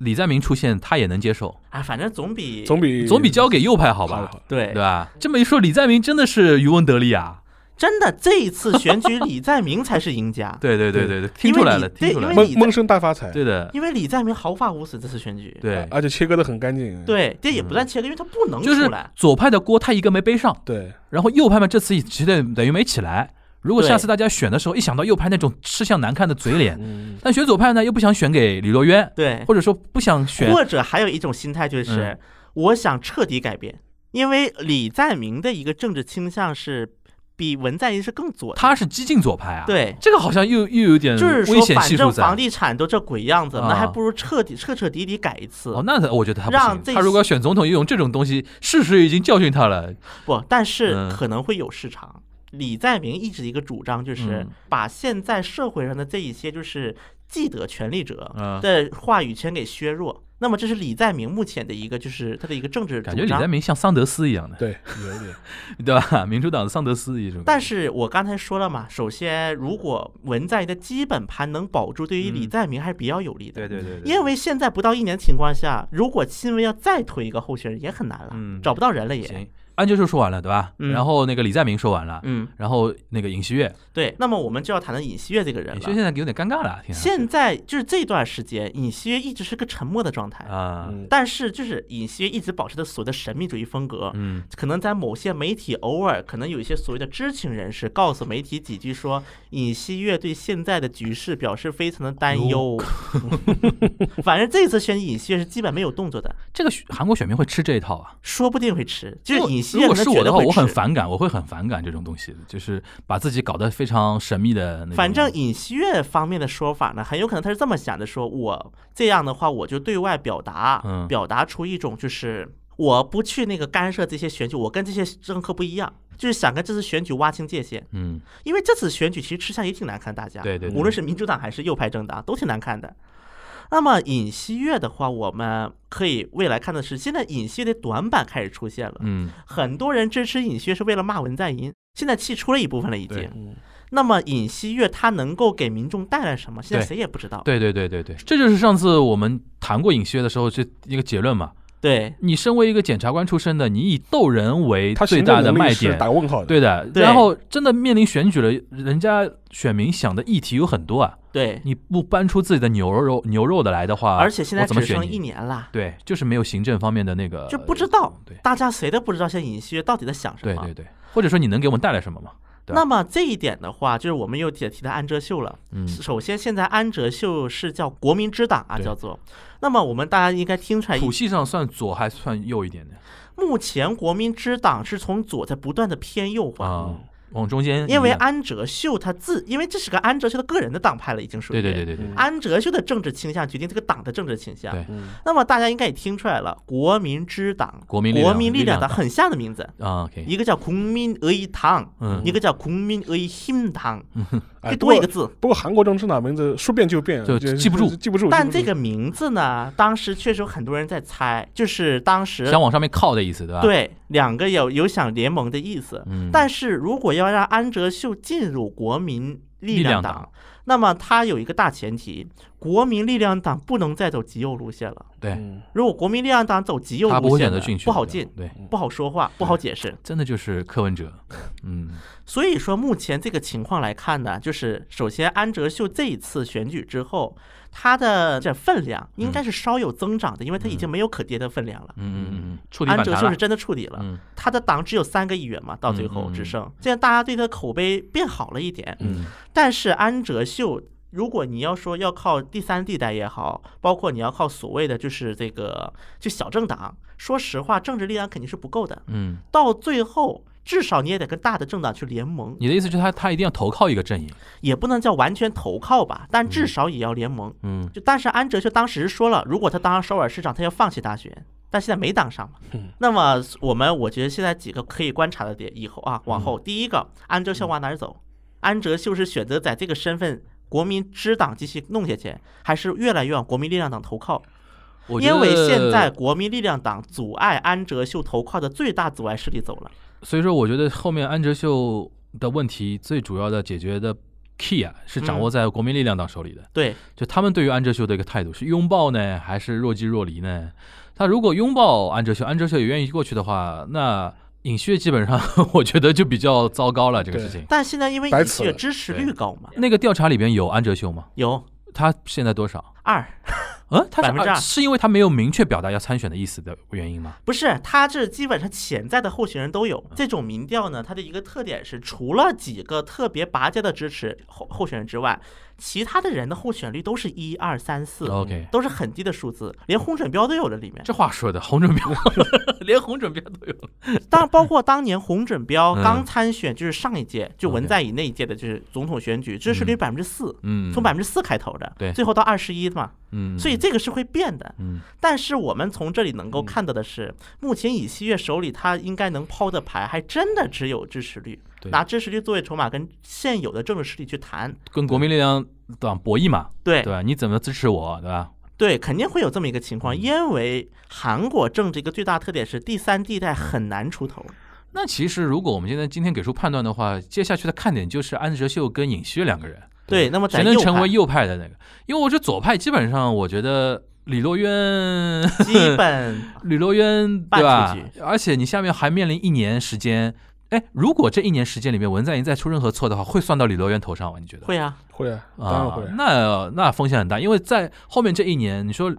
Speaker 2: 李在明出现他也能接受，
Speaker 3: 啊，反正总比
Speaker 4: 总比
Speaker 2: 总比交给右派好
Speaker 4: 好
Speaker 2: 吧？
Speaker 4: 好
Speaker 3: 对
Speaker 2: 对
Speaker 3: 哎
Speaker 2: 吧？这么一说，李在明真的是渔翁得利啊！
Speaker 3: 真的这一次选举，李在明才是赢家。
Speaker 2: 对对对对对，
Speaker 3: 因为
Speaker 2: 听出来
Speaker 3: 你
Speaker 2: 了，
Speaker 3: 呃对
Speaker 2: 听出来
Speaker 3: 因
Speaker 2: 了
Speaker 3: 为，
Speaker 4: 闷闷声大发财，
Speaker 2: 对的，
Speaker 3: 因为李在明毫发无损这次选举，
Speaker 2: 对。嗯
Speaker 4: 而且切割的很干净，
Speaker 3: 对，这也不算切割，因为他不呃能
Speaker 2: 就是
Speaker 3: 出来。
Speaker 2: 左派的锅他一个没背上，
Speaker 4: 对，
Speaker 2: 然后右派嘛这次其实等于没起来。如果
Speaker 3: 对
Speaker 2: 下次大家选的时候，一想到右派那种吃相难看的嘴脸，
Speaker 4: 嗯，
Speaker 2: 但选左派呢又不想选给李洛渊，
Speaker 3: 对，
Speaker 2: 或者说不想选
Speaker 3: 或者还有一种心态就是，
Speaker 2: 嗯
Speaker 3: 我想彻底改变，因为李在明的一个政治倾向是比文在寅是更左的。
Speaker 2: 他是激进左派啊。，
Speaker 3: 对，
Speaker 2: 这个好像又又有点
Speaker 3: 就是
Speaker 2: 危
Speaker 3: 说，
Speaker 2: 险
Speaker 3: 反
Speaker 2: 系数
Speaker 3: 正
Speaker 2: 在。
Speaker 3: 房地产都这鬼样子，那
Speaker 2: 啊
Speaker 3: 还不如彻底彻彻底底改一次
Speaker 2: 哦，。那我觉得他不
Speaker 3: 让这
Speaker 2: 行。他如果要选总统，又用这种东西，事实已经教训他了。
Speaker 3: 不，但是
Speaker 2: 嗯
Speaker 3: 可能会有市场。李在明一直一个主张就是
Speaker 2: 嗯
Speaker 3: 把现在社会上的这一些就是既得权利者
Speaker 2: 嗯
Speaker 3: 的话语权给削弱。那么这是李在明目前的一个就是他的一个政治
Speaker 2: 感觉
Speaker 3: 主
Speaker 2: 李在
Speaker 3: 张。
Speaker 2: 明像桑德斯一样的，
Speaker 4: 对，有一点，
Speaker 2: 对吧？ 民主党的桑德斯一种。
Speaker 3: 但是我刚才说了嘛，首先如果文在寅的基本盘能保住，对于李
Speaker 2: 嗯
Speaker 3: 在明还是比较有利的。
Speaker 2: 对对对对，
Speaker 3: 因为现在不到一年情况下，如果亲卫要再推一个候选人也很难了
Speaker 2: 嗯，
Speaker 3: 找不到人了也
Speaker 2: 行。，安教授说完了对吧？
Speaker 3: 嗯
Speaker 2: 然后那个李在明说完了，
Speaker 3: 嗯，
Speaker 2: 然后那个尹锡悦，
Speaker 3: 对。那么我们就要谈论尹锡悦这个人
Speaker 2: 尹
Speaker 3: 了
Speaker 2: 锡悦。现在有点尴尬了，听上去
Speaker 3: 现在就是这段时间，尹锡悦一直是个沉默的状态，
Speaker 2: 啊，
Speaker 4: 嗯，
Speaker 3: 但是就是尹锡悦一直保持着所谓的神秘主义风格。
Speaker 2: 嗯，
Speaker 3: 可能在某些媒体偶尔，可能有一些所谓的知情人士告诉媒体几句说，尹锡悦对现在的局势表示非常的担忧。 反正这次选举尹锡悦是基本没有动作的，
Speaker 2: 这个韩国选民会吃这一套啊。
Speaker 3: 说不定会吃。就是尹锡
Speaker 2: 如
Speaker 3: 悦
Speaker 2: 果
Speaker 3: 可能
Speaker 2: 是我
Speaker 3: 绝对
Speaker 2: 的话，
Speaker 3: 会
Speaker 2: 我很
Speaker 3: 吃。
Speaker 2: 反感，我会很反感这种东西的，就是把自己搞得非常神秘的那种。
Speaker 3: 反正尹锡悦方面的说法呢，很有可能他是这么想的：说我这样的话，我就对外表达，
Speaker 2: 嗯
Speaker 3: 表达出一种就是我不去那个干涉这些选举，我跟这些政客不一样，就是想跟这次选举挖清界限。
Speaker 2: 嗯，
Speaker 3: 因为这次选举其实吃相也挺难看，大家
Speaker 2: 对对对
Speaker 3: 无论是民主党还是右派政党都挺难看的。那么尹锡悦的话，我们可以未来看的是，现在尹锡悦的短板开始出现了，
Speaker 2: 嗯
Speaker 3: 很多人支持尹锡悦是为了骂文在寅，现在气出了一部分了已
Speaker 2: 对
Speaker 3: 经。
Speaker 4: 嗯
Speaker 3: 那么尹锡悦他能够给民众带来什么？现在
Speaker 2: 对
Speaker 3: 谁也不知道。
Speaker 2: 对对对对对，这就是上次我们谈过尹锡悦的时候，这一个结论嘛。
Speaker 3: 对
Speaker 2: 你身为一个检察官出身的，你以逗人为
Speaker 4: 他
Speaker 2: 最
Speaker 4: 行
Speaker 2: 大
Speaker 4: 政
Speaker 2: 的
Speaker 4: 能
Speaker 2: 卖
Speaker 4: 力是
Speaker 2: 点，
Speaker 4: 打个问号的，
Speaker 2: 对的。
Speaker 3: 对
Speaker 2: 然后真的面临选举了，人家选民想的议题有很多啊，
Speaker 3: 对，
Speaker 2: 你不搬出自己的牛肉牛肉的来的话，
Speaker 3: 而且现在
Speaker 2: 啊我怎么
Speaker 3: 只
Speaker 2: 选
Speaker 3: 剩一
Speaker 2: 你？
Speaker 3: 年了，
Speaker 2: 对，就是没有行政方面的那个，呃
Speaker 3: 就不知道
Speaker 2: 对
Speaker 3: 大家谁都不知道现在尹锡悦到底在想什
Speaker 2: 对
Speaker 3: 么。
Speaker 2: 对对，或者说你能给我们带来什么吗？对吧
Speaker 3: 那么这一点的话，就是我们又提提到安哲秀了。
Speaker 2: 嗯
Speaker 3: 首先，现在安哲秀是叫国民之党啊，
Speaker 2: 对
Speaker 3: 叫做。那么我们大家应该听出来，
Speaker 2: 谱系上算左还算右一点的
Speaker 3: 目前国民之党是从左在不断的偏右化。
Speaker 2: 啊，往中间移
Speaker 3: 因为
Speaker 2: 啊
Speaker 3: 安哲秀他自，因为这是个安哲秀的个人的党派了，已经属于
Speaker 2: 对对对对对
Speaker 4: 嗯
Speaker 3: 安哲秀的政治倾向决定这个党的政治倾向
Speaker 2: 对。
Speaker 4: 嗯，
Speaker 3: 那么大家应该也听出来了，国民之党、
Speaker 2: 国民力量
Speaker 3: 力量
Speaker 2: 力量
Speaker 3: 党很像的名字，
Speaker 2: 啊，OK，
Speaker 3: 一个叫国民俄一党，
Speaker 2: 嗯
Speaker 3: 一个叫国民俄一新党，
Speaker 4: 哎
Speaker 3: 就
Speaker 4: 不
Speaker 3: 多
Speaker 4: 过
Speaker 3: 一个字。
Speaker 4: 不过韩国政治呢，名字说变就变，
Speaker 2: 就
Speaker 4: 就是
Speaker 2: 记不住
Speaker 4: 就是 记不住。
Speaker 3: 但
Speaker 4: 记不住
Speaker 3: 这个名字呢，当时确实有很多人在猜，就是当时
Speaker 2: 想往上面靠的意思，对吧？，
Speaker 3: 对两个有有想联盟的意思。
Speaker 2: 啊嗯，
Speaker 3: 但是如果要让安哲秀进入国民力
Speaker 2: 力量
Speaker 3: 量党，那么他有一个大前提，国民力量党不能再走极右路线了。
Speaker 2: 对，
Speaker 4: 嗯
Speaker 3: 如果国民力量党走极右
Speaker 2: 他不
Speaker 3: 路
Speaker 2: 会选
Speaker 3: 线
Speaker 2: 择
Speaker 3: 呢
Speaker 2: 进去，
Speaker 3: 不好进，
Speaker 2: 对，
Speaker 3: 不好说话，不好解释。
Speaker 2: 真的就是柯 文哲，嗯，
Speaker 3: 所以说，目前这个情况来看呢，就是首先安哲秀这一次选举之后，他的这分量应该是稍有增长的，因为他已经没有可跌的分量了。
Speaker 2: 嗯嗯嗯，触底
Speaker 3: 安
Speaker 2: 反
Speaker 3: 哲
Speaker 2: 弹
Speaker 3: 秀是
Speaker 2: 了，
Speaker 3: 真的触底了，
Speaker 2: 嗯
Speaker 3: 他的党只有三个议员嘛，到最后
Speaker 2: 嗯嗯
Speaker 3: 只剩，这样大家对他的口碑变好了一点。
Speaker 2: 嗯
Speaker 3: 但是安哲秀，如果你要说要靠第三地带也好，包括你要靠所谓的就是这个就小政党，说实话，政治力量肯定是不够的，
Speaker 2: 嗯，
Speaker 3: 到最后。至少你也得跟大的政党去联盟，
Speaker 2: 你的意思就是他他一定要投靠一个阵营，
Speaker 3: 也不能叫完全投靠吧，但至少也要联盟。
Speaker 2: 嗯
Speaker 3: 就但是安哲秀当时说了，如果他当上首尔市长，他要放弃大选，但现在没当上嘛。
Speaker 2: 嗯
Speaker 3: 那么我们我觉得现在几个可以观察的点，以后啊
Speaker 2: 嗯
Speaker 3: 往后，第一个，安哲秀往哪儿走？安哲秀是选择在这个身份。国民之党继续弄下去，还是越来越往国民力量党投靠？
Speaker 2: 我觉
Speaker 3: 因为
Speaker 2: 得
Speaker 3: 现在国民力量党阻碍安哲秀投靠的最大阻碍势力走了。
Speaker 2: 所以说，我觉得后面安哲秀的问题最主要的解决的 key 啊，是
Speaker 3: 嗯
Speaker 2: 掌握在国民力量党手里的。
Speaker 3: 对，
Speaker 2: 就他们对于安哲秀的一个态度是拥抱呢，还是若即若离呢？他如果拥抱安哲秀，安哲秀也愿意过去的话，那尹薛基本上 我觉得就比较糟糕了。这个事情，
Speaker 3: 但现在因为
Speaker 4: 白
Speaker 3: 尹
Speaker 4: 扯
Speaker 3: 雪
Speaker 4: 了
Speaker 3: 支持率高嘛，
Speaker 2: 那个调查里边有安哲秀吗？
Speaker 3: 有
Speaker 2: 他现在多少？
Speaker 3: 二
Speaker 2: 嗯，他是
Speaker 3: 百分之二
Speaker 2: 啊是因为他没有明确表达要参选的意思的原因吗？
Speaker 3: 不是，他这基本上潜在的候选人都有。
Speaker 2: 嗯
Speaker 3: 这种民调呢，它的一个特点是，除了几个特别拔尖的支持候候选人之外，其他的人的候选率都是一二三四
Speaker 2: OK
Speaker 3: 都是很低的数字，连红准标都有了里面。
Speaker 2: 这话说的，红 准标连红准标都有了。
Speaker 3: 当包括当年红准标
Speaker 2: 嗯
Speaker 3: 刚参选，就是上一届，就
Speaker 2: OK
Speaker 3: 文在寅那一届的，就是总统选举，支持率百分之四。
Speaker 2: 嗯，
Speaker 3: 从百分之四开头的，
Speaker 2: 对
Speaker 3: 最后到二十一嘛，
Speaker 2: 嗯，
Speaker 3: 所以这个是会变的。
Speaker 2: 嗯
Speaker 3: 但是我们从这里能够看到的是，目前尹锡悦手里他应该能抛的牌，还真的只有支持率。
Speaker 2: 对
Speaker 3: 拿支持率作为筹码，跟现有的政治势力去谈，
Speaker 2: 跟国民力量党博弈嘛，
Speaker 3: 对
Speaker 2: 对吧？你怎么支持我，对吧？
Speaker 3: 对，肯定会有这么一个
Speaker 2: 嗯
Speaker 3: 情况。因为韩国政治一个最大特点是第三地带很难出头，
Speaker 2: 那其实如果我们现在今天给出判断的话，接下去的看点就是安哲秀跟尹薛两个人，
Speaker 3: 对，那么在
Speaker 2: 谁能
Speaker 3: 右
Speaker 2: 成
Speaker 3: 派
Speaker 2: 为右派的那个？因为我觉得左派基本上，我觉得李洛渊，
Speaker 3: 基本
Speaker 2: 李洛渊对吧
Speaker 3: 半出？
Speaker 2: 而且你下面还面临一年时间，哎，如果这一年时间里面文在寅再出任何错的话，会算到李洛渊头上吗？你觉得？
Speaker 3: 会啊，
Speaker 4: 会啊，当然
Speaker 2: 啊
Speaker 4: 会，啊。
Speaker 2: 那那风险很大，因为在后面这一年，你说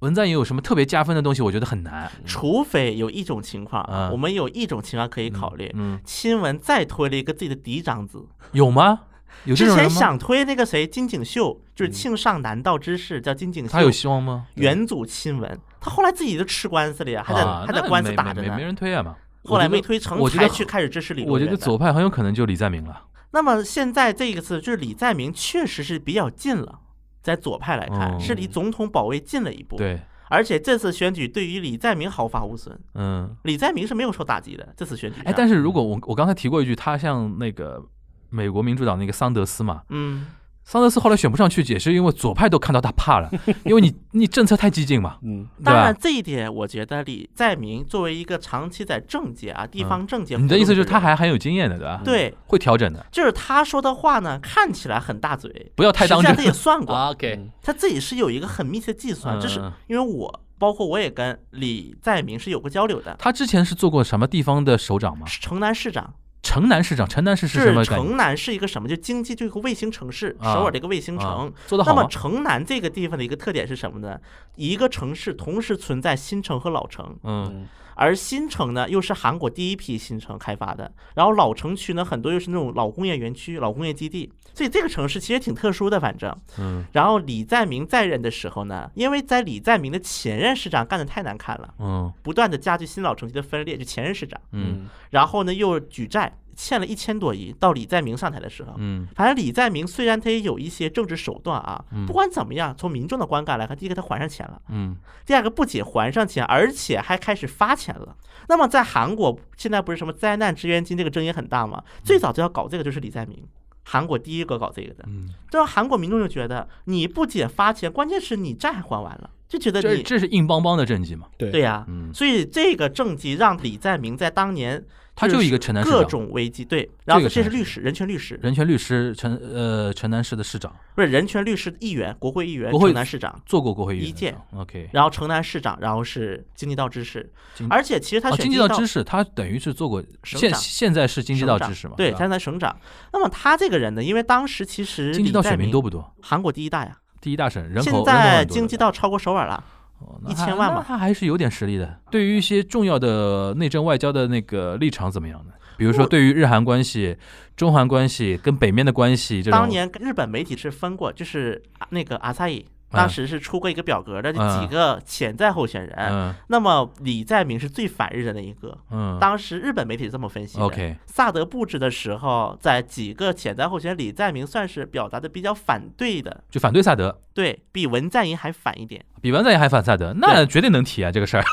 Speaker 2: 文在寅有什么特别加分的东西？我觉得很难。
Speaker 3: 除非有一种情况啊，
Speaker 2: 嗯
Speaker 3: 我们有一种情况可以考虑，
Speaker 2: 嗯，
Speaker 3: 亲文再推了一个自己的嫡长子，
Speaker 2: 有吗？有这
Speaker 3: 之
Speaker 2: 种
Speaker 3: 前
Speaker 2: 人吗？嗯
Speaker 3: 想推那个谁金井秀，就是庆尚南道知事，叫金井秀，
Speaker 2: 他有希望吗？
Speaker 3: 元祖亲文，他后来自己都吃官司了呀，还在、
Speaker 2: 啊，
Speaker 3: 还在
Speaker 2: 那
Speaker 3: 官司
Speaker 2: 没
Speaker 3: 打着
Speaker 2: 没没没
Speaker 3: 呢。
Speaker 2: 人推啊嘛。
Speaker 3: 后来
Speaker 2: 我觉得
Speaker 3: 没推成
Speaker 2: 我，觉得
Speaker 3: 才去开始支持李
Speaker 2: 我
Speaker 3: 洛
Speaker 2: 觉
Speaker 3: 渊
Speaker 2: 得
Speaker 3: 的。
Speaker 2: 左派很有可能就李在明了。
Speaker 3: 那么现在这个次就是李在明确实是比较近了，在左派来看、
Speaker 2: 嗯
Speaker 3: 是离总统保卫近了一步。，
Speaker 2: 对，
Speaker 3: 而且这次选举对于李在明毫发无损，
Speaker 2: 嗯，
Speaker 3: 李在明是没有受打击的这次选举上。
Speaker 2: 哎，但是如果我我刚才提过一句，他像那个美国民主党那个桑德斯嘛，
Speaker 3: 嗯，
Speaker 2: 桑德斯后来选不上去，也是因为左派都看到他怕了， 因为你你政策太激进嘛，
Speaker 4: 嗯，
Speaker 2: 对
Speaker 3: 当然
Speaker 2: 吧？
Speaker 3: 这一点我觉得李在明作为一个长期在政界啊地方政界活动
Speaker 2: 嗯
Speaker 3: 人，
Speaker 2: 你的意思就是他还很有经验的，对吧？，
Speaker 3: 对。
Speaker 2: 会调整的，
Speaker 3: 就是他说的话呢，看起来很大嘴，
Speaker 2: 不要太
Speaker 3: 实
Speaker 2: 当
Speaker 3: 际
Speaker 2: 真
Speaker 3: 上 他。也算过，嗯
Speaker 2: OK，
Speaker 4: 嗯
Speaker 3: 他自己是有一个很密切的计算，
Speaker 2: 嗯
Speaker 3: 这是因为我包括我也跟李在明是有过交流的，
Speaker 2: 他之前是做过什么地方的首长吗？
Speaker 3: 是城南市长，
Speaker 2: 城南市长，城南市是什
Speaker 3: 是
Speaker 2: 么感觉？
Speaker 3: 城南是一个什么？就经济就一个卫星城市，
Speaker 2: 啊
Speaker 3: 首尔的一个卫星
Speaker 2: 啊
Speaker 3: 城。
Speaker 2: 做得
Speaker 3: 那
Speaker 2: 好
Speaker 3: 么
Speaker 2: 吗？
Speaker 3: 城南这个地方的一个特点是什么呢？一个城市同时存在新城和老城，
Speaker 2: 嗯
Speaker 3: 而新城呢又是韩国第一批新城开发的，然后老城区呢很多又是那种老工业园区、老工业基地，所以这个城市其实挺特殊的，反正。
Speaker 2: 嗯
Speaker 3: 然后李在明在任的时候呢，因为在李在明的前任市长干得太难看了，
Speaker 2: 嗯
Speaker 3: 不断的加剧新老城区的分裂，就前任市长，
Speaker 2: 嗯，
Speaker 3: 然后呢又举债，欠了一千多亿到李在明上台的时候。
Speaker 2: 嗯
Speaker 3: 反正李在明虽然他也有一些政治手段啊，不管怎么样，从民众的观感来看，第一个他还上钱了，
Speaker 2: 嗯
Speaker 3: 第二个不仅还上钱，而且还开始发钱了。那么在韩国现在不是什么灾难支援金这个争议很大
Speaker 2: 嗯
Speaker 3: 吗？最早就要搞这个就是李在明，韩国第一个搞这个的。
Speaker 2: 嗯，
Speaker 3: 这让韩国民众就觉得你不仅发钱，关键是你债还还完了，就觉得
Speaker 2: 这
Speaker 3: 你
Speaker 2: 这是硬邦邦的政绩嘛？
Speaker 4: 对
Speaker 3: 对呀、
Speaker 2: 嗯，
Speaker 3: 所以这个政绩让李在明在当年
Speaker 2: 他就一个城南市
Speaker 3: 各
Speaker 2: 长，
Speaker 3: 种危机，对，然后
Speaker 2: 嗯这个
Speaker 3: 这
Speaker 2: 是
Speaker 3: 是律师，人权律师，
Speaker 2: 人权律师城呃城南市的市长，
Speaker 3: 不是人权律师议员，国会议员，
Speaker 2: 国会
Speaker 3: 城南市长，
Speaker 2: 做过国会议员的
Speaker 3: 一届
Speaker 2: 市长，OK，
Speaker 3: 然后城南市长，然后是经济道知事
Speaker 2: 经，
Speaker 3: 而且其实他
Speaker 2: 哦，
Speaker 3: 选
Speaker 2: 经济道
Speaker 3: 知
Speaker 2: 知识，他等于是做过
Speaker 3: 省
Speaker 2: 现
Speaker 3: 长
Speaker 2: 现在是经济道知识嘛？
Speaker 3: 对，
Speaker 2: 吧
Speaker 3: 他是省长。那么他这个人呢，因为当时其实
Speaker 2: 经济
Speaker 3: 李
Speaker 2: 道
Speaker 3: 在
Speaker 2: 选民
Speaker 3: 明
Speaker 2: 多不多？
Speaker 3: 韩国第一大呀，
Speaker 2: 第一大省，人口
Speaker 3: 现
Speaker 2: 人口很
Speaker 3: 在
Speaker 2: 多的
Speaker 3: 经济道超过首尔了。
Speaker 2: 哦那
Speaker 3: 一
Speaker 2: 还
Speaker 3: 千万
Speaker 2: 那
Speaker 3: 嘛
Speaker 2: 他还是有点实力的。对于一些重要的内政外交的那个立场怎么样呢？比如说
Speaker 3: 我
Speaker 2: 对于日韩关系、中韩关系跟北面的关系这种，
Speaker 3: 当年日本媒体是分过，就是啊那个阿萨伊。当时是出过一个表格的，
Speaker 2: 嗯
Speaker 3: 这几个潜在候选人。
Speaker 2: 嗯
Speaker 3: 那么李在明是最反日的那一个。
Speaker 2: 嗯，
Speaker 3: 当时日本媒体是这么分析的。
Speaker 2: OK
Speaker 3: 萨德布置的时候，在几个潜在候选人，李在明算是表达的比较反对的，
Speaker 2: 就反对萨德，
Speaker 3: 对比文在寅还反一点。
Speaker 2: 比完赞也还反萨德，那绝对能提啊这个事儿，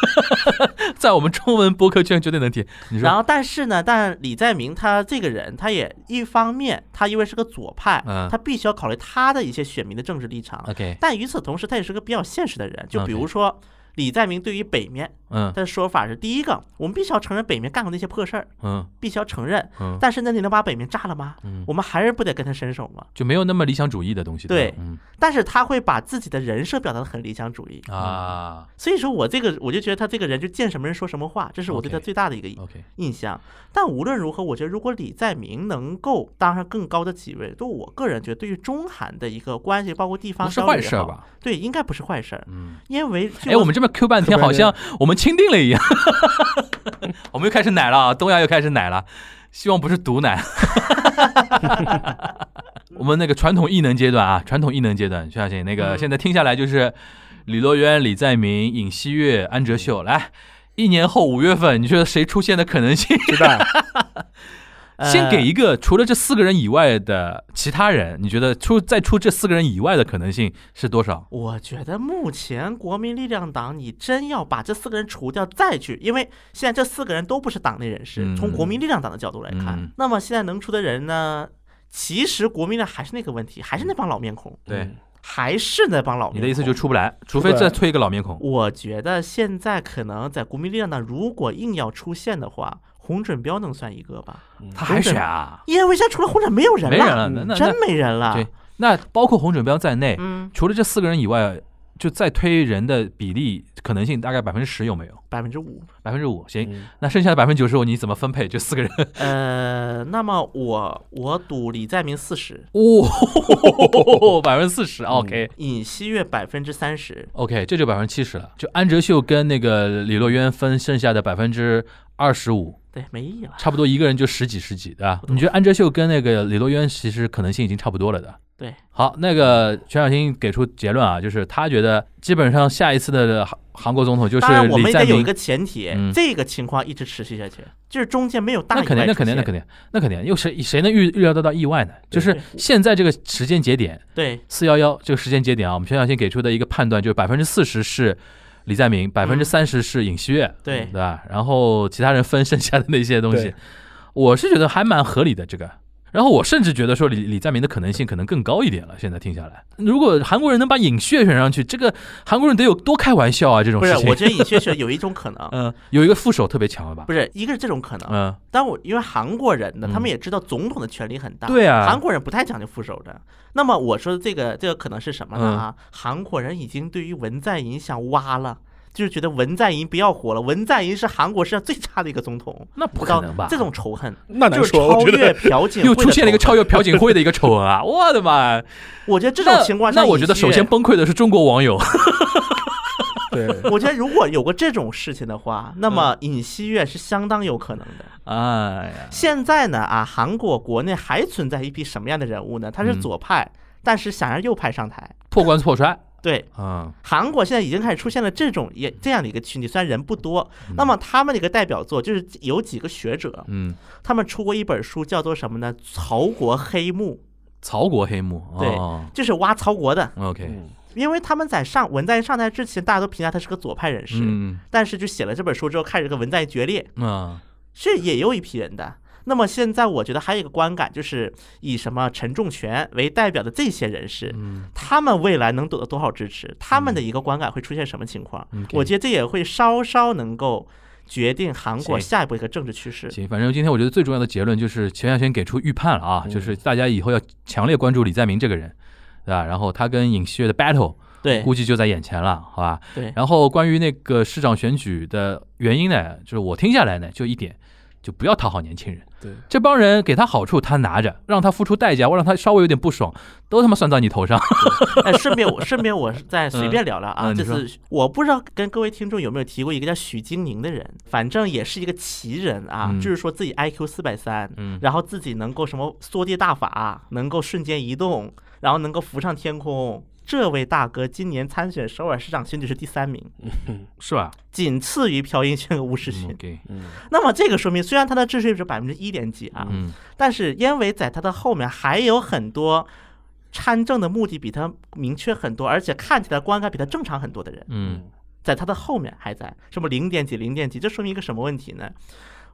Speaker 2: 在我们中文播客圈绝对能提。你
Speaker 3: 然
Speaker 2: 说，
Speaker 3: 后，但是呢，但李在明他这个人，他也一方面，他因为是个左派，
Speaker 2: 嗯
Speaker 3: 他必须要考虑他的一些选民的政治立场。
Speaker 2: OK，
Speaker 3: 但与此同时，他也是个比较现实的人。就比
Speaker 2: OK
Speaker 3: 如说，李在明对于北面，
Speaker 2: 嗯
Speaker 3: 他的说法是：第一个，我们必须要承认北面干过那些破事儿，
Speaker 2: 嗯
Speaker 3: 必须要承认。
Speaker 2: 嗯
Speaker 3: 但是那你能把北面炸了吗？
Speaker 2: 嗯，
Speaker 3: 我们还是不得跟他伸手吗？
Speaker 2: 就没有那么理想主义的东西。
Speaker 3: 对
Speaker 2: 吧嗯
Speaker 3: 但是他会把自己的人设表达的很理想主义。
Speaker 2: 啊
Speaker 3: 所以说我这个，我就觉得他这个人就见什么人说什么话，这是我对他
Speaker 2: OK
Speaker 3: 最大的一个
Speaker 2: ，OK，
Speaker 3: 印象。但无论如何，我觉得如果李在明能够当上更高的几位，对我个人觉得对于中韩的一个关系，包括地方
Speaker 2: 不是
Speaker 3: 交流
Speaker 2: 坏
Speaker 3: 也
Speaker 2: 事儿
Speaker 3: 好？
Speaker 2: 吧？
Speaker 3: 对，应该不是坏事儿，
Speaker 2: 嗯，
Speaker 3: 因为据
Speaker 2: 哎，我们这边 Q 半天，
Speaker 4: 特别
Speaker 2: 好像我们钦定了一样。 我们又开始奶了啊，东亚又开始奶了，希望不是毒 奶。我们那个传统异能阶段啊，传统异能阶段，徐小新，那个
Speaker 3: 嗯
Speaker 2: 现在听下来就是李洛渊、李在明、尹锡悦、安哲
Speaker 4: 嗯
Speaker 2: 秀，来。一年后五月份，你觉得谁出现的可能性？
Speaker 4: 最 大嗯
Speaker 3: 呃
Speaker 2: 先给一个除了这四个人以外的其他人，你觉得出再出这四个人以外的可能性是多少？
Speaker 3: 我觉得目前国民力量党，你真要把这四个人除掉再去，因为现在这四个人都不是党内人士。
Speaker 2: 嗯
Speaker 3: 从国民力量党的角度来看，
Speaker 2: 嗯
Speaker 3: 那么现在能出的人呢？其实国民力量还是那个问题，还是那帮老面孔，
Speaker 2: 对，
Speaker 3: 还是那帮老面孔。
Speaker 2: 你的意思就出不来，除非再推一个老面孔。
Speaker 3: 我觉得现在可能在国民力量党如果硬要出现的话，洪准标能算一个吧，
Speaker 2: 他还选啊？
Speaker 3: 因为现在除了洪准没有人
Speaker 2: 没人了，
Speaker 3: 了，
Speaker 2: 那那
Speaker 3: 嗯真没人
Speaker 2: 那
Speaker 3: 了
Speaker 2: 对。，那包括洪准标在内，
Speaker 3: 嗯，
Speaker 2: 除了这四个人以外，就再推人的比例可能性大概百分之十有没有？
Speaker 3: 百分之五。
Speaker 2: 百分之五行，
Speaker 4: 嗯
Speaker 2: 那剩下的百分之九十五你怎么分配？就四个人，
Speaker 3: 呃，那么我我赌李在明四十，
Speaker 2: 哦， 百分之四十，OK。
Speaker 3: 尹锡悦百分之三十，
Speaker 2: OK，这就百分之七十了。就安哲秀跟那个李洛渊分剩下的百分之二十五，
Speaker 3: 对，没啊意义了。
Speaker 2: 差不多一个人就十几十几，对吧？你觉得安哲秀跟那个李洛渊其实可能性已经差不多了的？
Speaker 3: 对，
Speaker 2: 好，那个全小新给出结论啊，就是他觉得基本上下一次的韩韩国总统就是
Speaker 3: 当然，我
Speaker 2: 李
Speaker 3: 们
Speaker 2: 在
Speaker 3: 得有一
Speaker 2: 明
Speaker 3: 个。前提，
Speaker 2: 嗯
Speaker 3: 这个情况一直持续下去，就是中间没有大
Speaker 2: 那肯定，那肯定，那肯定，那肯定，又谁谁能预预料得到意外呢？就是
Speaker 3: 对
Speaker 2: 现在这个时间节点，
Speaker 3: 定。对，
Speaker 2: 四幺幺这个时间节点啊，我们全小新给出的一个判断就是百分之四十是李在明，百分之三十是尹锡悦，嗯
Speaker 3: 嗯对
Speaker 2: 对吧？然后其他人分剩下的那些东西
Speaker 4: 对，
Speaker 2: 我是觉得还蛮合理的这个。然后我甚至觉得说李李在明的可能性可能更高一点了。现在听下来，如果韩国人能把尹锡悦选上去，这个韩国人得有多开玩笑啊！这种
Speaker 3: 不
Speaker 2: 事
Speaker 3: 是，
Speaker 2: 情
Speaker 3: 我，觉得尹锡 悦有一种可能，
Speaker 2: 嗯、有一个副手特别强了吧
Speaker 3: 不？是一个是这种可能，
Speaker 2: 嗯，
Speaker 3: 但我因为韩国人呢，
Speaker 2: 嗯
Speaker 3: 他们也知道总统的权力很大，
Speaker 2: 对啊
Speaker 3: 韩国人不太讲究副手的。那么我说的这个这个可能是什么呢？
Speaker 2: 嗯
Speaker 3: 啊，韩国人已经对于文在寅想挖了。就是觉得文在寅不要活了，文在寅是韩国世界上最差的一个总统，
Speaker 2: 那不
Speaker 3: 不
Speaker 2: 可能吧？
Speaker 3: 这种仇恨
Speaker 4: 那难
Speaker 3: 就是
Speaker 4: 说，我
Speaker 3: 超
Speaker 4: 觉
Speaker 3: 越
Speaker 4: 得
Speaker 3: 朴槿惠
Speaker 2: 又
Speaker 3: 的
Speaker 2: 出现了一个
Speaker 3: 仇
Speaker 2: 超
Speaker 3: 恨
Speaker 2: 越朴槿惠的一个丑闻啊！我的妈！
Speaker 3: 我觉得这种情况下，
Speaker 2: 那我觉得首先，崩溃的是中国网友。
Speaker 4: 对，
Speaker 3: 我觉得如果有过这种事情的话，那么尹锡悦是相当有可能的。
Speaker 2: 哎呀，
Speaker 3: 现在呢啊，韩国国内还存在一批什么样的人物呢？他是
Speaker 2: 嗯
Speaker 3: 左派，但是想让右派上台，
Speaker 2: 破罐子破摔，
Speaker 3: 对，
Speaker 2: 啊，
Speaker 3: 韩国现在已经开始出现了这种也这样的一个群体，虽然人不多，那么他们的一个代表作就是有几个学者，
Speaker 2: 嗯，
Speaker 3: 他们出过一本书，叫做什么呢？曹国黑幕，
Speaker 2: 曹国黑幕，
Speaker 3: 对
Speaker 2: 哦
Speaker 3: 就是挖曹国的，
Speaker 2: ，OK，
Speaker 4: 嗯
Speaker 3: 因为他们在上文在寅上台之前，大家都评价他是个左派人士，
Speaker 2: 嗯，
Speaker 3: 但是就写了这本书之后，开始跟文在寅决裂，
Speaker 2: 啊，
Speaker 3: 是也有一批人的。那么现在我觉得还有一个观感，就是以什么陈仲权为代表的这些人士，
Speaker 2: 嗯，
Speaker 3: 他们未来能得到多少支持，他们的一个观感会出现什么情况？
Speaker 2: 嗯
Speaker 3: 我觉得这也会稍稍能够决定韩国
Speaker 2: 行
Speaker 3: 下一步一个政治趋势。
Speaker 2: 行，反正今天我觉得最重要的结论就是钱亚轩给出预判了啊，就是大家以后要强烈关注李在明这个人，对吧？然后他跟尹锡悦的 battle
Speaker 3: 对
Speaker 2: 估计就在眼前了，好吧？
Speaker 3: 对，
Speaker 2: 然后关于那个市长选举的原因呢，就是我听下来呢，就一点，就不要讨好年轻人。
Speaker 4: 对，
Speaker 2: 这帮人给他好处，他拿着，让他付出代价，我让他稍微有点不爽，都他妈算到你头上。
Speaker 3: 哎，顺便我顺便 我是再随便聊聊啊，
Speaker 2: 嗯
Speaker 3: 就
Speaker 2: 你说
Speaker 3: 是我不知道跟各位听众有没有提过一个叫许金宁的人，反正也是一个奇人啊，
Speaker 2: 嗯
Speaker 3: 就是说自己 IQ 四百三，
Speaker 2: 嗯
Speaker 3: 然后自己能够什么缩地大法，能够瞬间移动，然后能够浮上天空。这位大哥今年参选首尔市长选举是第三名，
Speaker 2: 是吧？
Speaker 3: 仅次于朴英俊和吴世勋。
Speaker 2: 给，
Speaker 4: 嗯
Speaker 3: 那么这个说明，虽然他的支持率是百分之一点几啊，
Speaker 2: 嗯，
Speaker 3: 但是因为在他的后面还有很多参政的目的比他明确很多，而且看起来观感比他正常很多的人，
Speaker 2: 嗯，
Speaker 3: 在他的后面还在什么零点几零点几，这说明一个什么问题呢？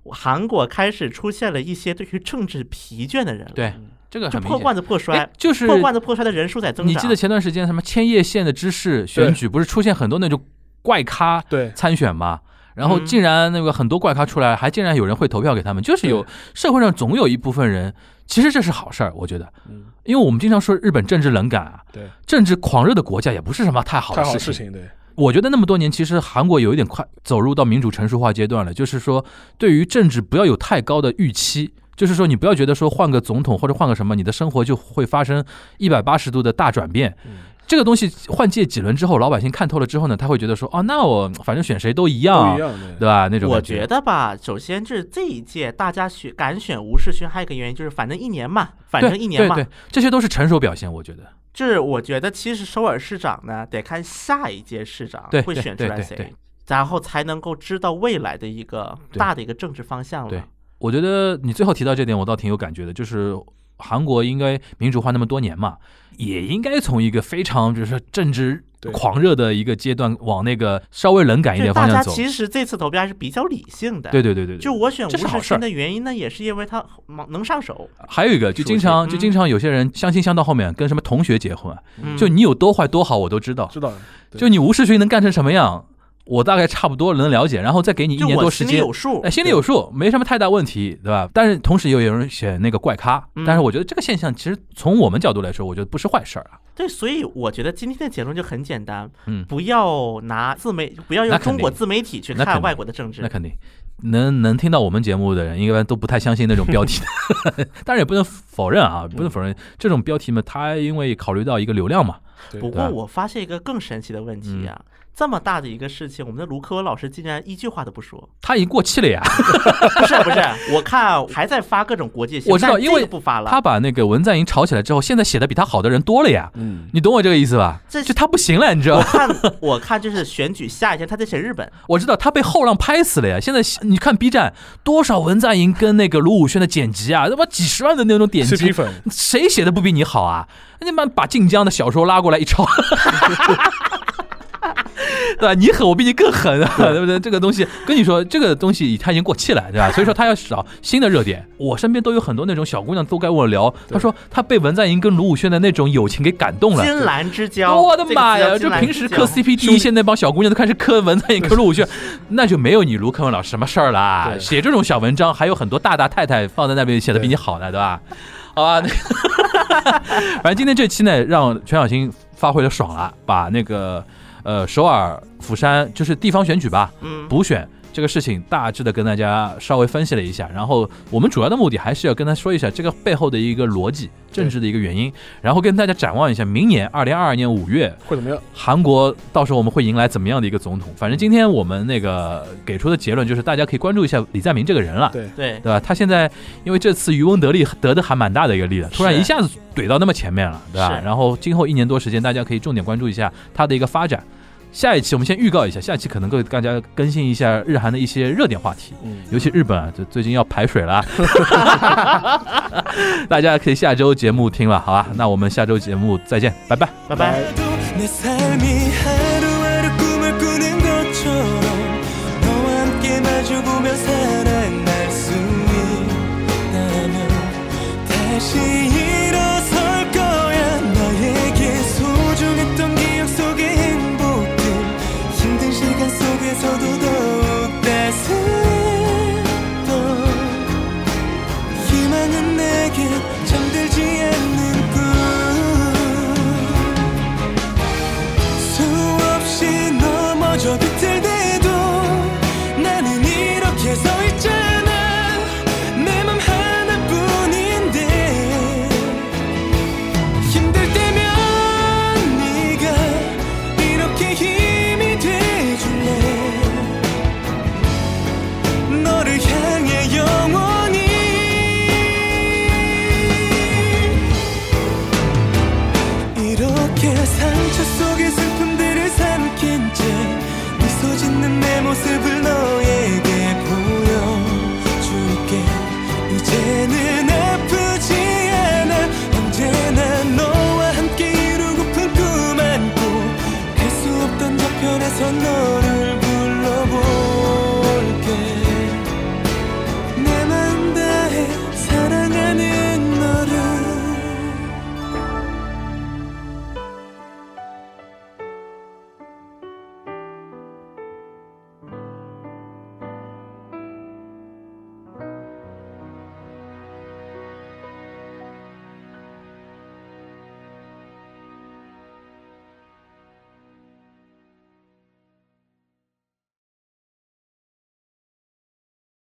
Speaker 3: 我韩国开始出现了一些对于政治疲倦的人了，
Speaker 2: 对，这个
Speaker 3: 嗯就
Speaker 2: 很明
Speaker 3: 破
Speaker 2: 显
Speaker 3: 罐。子破摔
Speaker 2: 哎，，就是
Speaker 3: 破罐子破摔的人数在增长。
Speaker 2: 你记得前段时间什么千叶县的知事选举，不是出现很多那种怪咖
Speaker 4: 对，
Speaker 2: 参选嘛？然后
Speaker 3: 嗯
Speaker 2: 竟然那个很多怪咖出来，还竟然有人会投票给他们，就是有社会上总有一部分人，其实这是好事儿，我觉得，
Speaker 4: 嗯，
Speaker 2: 因为我们经常说日本政治冷感啊，
Speaker 4: 对，
Speaker 2: 政治狂热的国家也不是什么太好
Speaker 4: 太
Speaker 2: 的
Speaker 4: 好
Speaker 2: 事
Speaker 4: 事
Speaker 2: 情。
Speaker 4: 情，对，
Speaker 2: 我觉得那么多年，其实韩国有一点快走入到民主成熟化阶段了，就是说对于政治不要有太高的预期。就是说，你不要觉得说换个总统或者换个什么，你的生活就会发生一百八十度的大转变。这个东西换届几轮之后，老百姓看透了之后呢，他会觉得说，哦，那我反正选谁都一
Speaker 4: 不
Speaker 2: 样
Speaker 4: 一，样的，
Speaker 2: 啊对吧？那种
Speaker 3: 我
Speaker 2: 感
Speaker 3: 觉得吧，首先就是这一届大家选敢选吴世勋，还有一个原因就是反正一年嘛，反正一年嘛，
Speaker 2: 对对对，这些都是成熟表现，我觉得。
Speaker 3: 就是我觉得，其实首尔市长呢，得看下一届市长
Speaker 2: 对
Speaker 3: 会
Speaker 2: 对
Speaker 3: 选出
Speaker 2: 对
Speaker 3: 来
Speaker 2: 对
Speaker 3: 谁
Speaker 2: 对，
Speaker 3: 然后才能够知道未来的一个
Speaker 2: 对
Speaker 3: 大的一个政治方向
Speaker 2: 对
Speaker 3: 了。
Speaker 2: 我觉得你最后提到这点，我倒挺有感觉的，就是韩国应该民主化那么多年嘛，也应该从一个非常就是说政治
Speaker 4: 对
Speaker 2: 狂热的一个阶段，往那个稍微冷感一
Speaker 3: 就是
Speaker 2: 点方
Speaker 3: 大
Speaker 2: 向
Speaker 3: 家
Speaker 2: 走。
Speaker 3: 其实这次投票还是比较理性的。
Speaker 2: 对对对对对，
Speaker 3: 就我选吴
Speaker 2: 这是好
Speaker 3: 世
Speaker 2: 事儿啊
Speaker 3: 勋的原因呢，也是因为他能能上手。
Speaker 2: 还有一个，就经常
Speaker 3: 嗯
Speaker 2: 就经常有些人相亲相到后面跟什么同学结婚啊，
Speaker 3: 嗯
Speaker 2: 就你有多坏多好我都知道，
Speaker 4: 知道了，对
Speaker 2: 就你吴世勋能干成什么样，我大概差不多能了解，然后再给你一
Speaker 3: 就
Speaker 2: 年多
Speaker 3: 我
Speaker 2: 时
Speaker 3: 心里
Speaker 2: 间
Speaker 3: 有，数
Speaker 2: 哎，。心里有数，没什么太大问题，对吧？但是同时也有人选那个怪咖，
Speaker 3: 嗯
Speaker 2: 但是我觉得这个现象其实从我们角度来说，我觉得不是坏事儿啊。
Speaker 3: 对，所以我觉得今天的结论就很简单，
Speaker 2: 嗯
Speaker 3: 不要拿自媒，不要
Speaker 2: 那
Speaker 3: 用
Speaker 2: 肯定
Speaker 3: 中国自媒体去
Speaker 2: 那肯
Speaker 3: 看
Speaker 2: 定
Speaker 3: 外国的政治
Speaker 2: 那。肯定，能能听到我们节目的人，一般都不太相信那种标题的。 当然也不能否认啊，
Speaker 3: 嗯
Speaker 2: 不能否认这种标题嘛，它因为考虑到一个流量嘛，
Speaker 4: 对
Speaker 3: 不
Speaker 2: 对
Speaker 3: 过
Speaker 2: 吧
Speaker 3: 我发现一个更神奇的问题啊，
Speaker 2: 嗯
Speaker 3: 这么大的一个事情，我们的卢科文老师竟然一句话都不说。
Speaker 2: 它已经过气了呀。
Speaker 3: 不是不 是，我看还在发各种国界信，
Speaker 2: 我知道
Speaker 3: 但
Speaker 2: 因为
Speaker 3: 这个不发了
Speaker 2: 他。把那个文在寅炒起来之后，现在写的比他好的人多了呀。
Speaker 4: 嗯，
Speaker 2: 你懂我这个意思吧？
Speaker 3: 这
Speaker 2: 就他不行了，你知道
Speaker 3: 我
Speaker 2: 吧？
Speaker 3: 看我看就是选举下一天他在写 日本，
Speaker 2: 我知道他被后浪拍死了呀。现在你看 B 站多少文在寅跟那个卢武铉的剪辑啊，他妈几十万的那种点
Speaker 4: CP
Speaker 2: 击，
Speaker 4: 粉，
Speaker 2: 谁写的不比你好啊？你妈把晋江的小说拉过来一抄， 对吧？你狠，我比你更狠，啊对不对？这个东西跟你说，这个东西它已经过气了，对吧？所以说他要找新的热点。我身边都有很多那种小姑娘都跟我聊，她说她被文在寅跟卢武铉的那种友情给感动了。
Speaker 3: 金兰之交。
Speaker 2: 我的妈呀！
Speaker 3: 这
Speaker 2: 就
Speaker 3: 个
Speaker 2: 平
Speaker 3: 词
Speaker 2: 时
Speaker 3: 叫金
Speaker 2: 磕
Speaker 3: 兰之交
Speaker 2: CP 第一线那帮小姑娘都开始磕文在寅、磕陆武铉，那就没有你卢克文老师什么事儿啦。
Speaker 4: 对
Speaker 2: 写这种小文章，还有很多大大太太放在那边写的比你好呢，对吧？好吧，那个 反正今天这期呢，让全小新发挥的爽了，把那个呃首尔、釜山就是地方选举吧，
Speaker 3: 嗯，
Speaker 2: 补选这个事情大致的跟大家稍微分析了一下，然后我们主要的目的还是要跟他说一下这个背后的一个逻辑、政治的一个原因，然后跟大家展望一下明年二零二二年五月
Speaker 4: 会怎么样？
Speaker 2: 韩国到时候我们会迎来怎么样的一个总统？反正今天我们那个给出的结论就是，大家可以关注一下李在明这个人了，
Speaker 4: 对，
Speaker 3: 对
Speaker 2: 对吧？他现在因为这次渔翁得利得的还蛮大的一个利的，突然
Speaker 3: 是
Speaker 2: 一下子怼到那么前面了，对吧？
Speaker 3: 是
Speaker 2: 然后今后一年多时间，大家可以重点关注一下他的一个发展。下一期我们先预告一下，下一期可能给大家更新一下日韩的一些热点话题。
Speaker 4: 嗯，
Speaker 2: 尤其日本啊，这最近要排水了， 大家可以下周节目听了，好吧？那我们下周节目再见，拜拜。
Speaker 3: 拜拜。
Speaker 5: 내 삶이 하루하루 꿈을 꾸는 것처럼 너와 함께 마주보며 살아날 수 있다면 다시 일어설 거야 너에게 소중했던 기억 속의 행복들 힘든 시간 속에서도 더욱 따스했던 희망은 내게 잠들지 않는 꿈 수없이 넘어져 비틀대도 나는 이렇게 서 있잖아 내 맘 하나뿐인데 힘들 때면 네가 이렇게 힘이 돼줄래 너를 향해 영원히 이렇게 상처 속의 슬픔들을 삼킨 채 미소 짓는 내 모습을 너에게 보여줄게 이제는 아프지 않아 언제나 그 너와 함께 이루고픈 꿈 안고 갈 수 없던 저편에서 너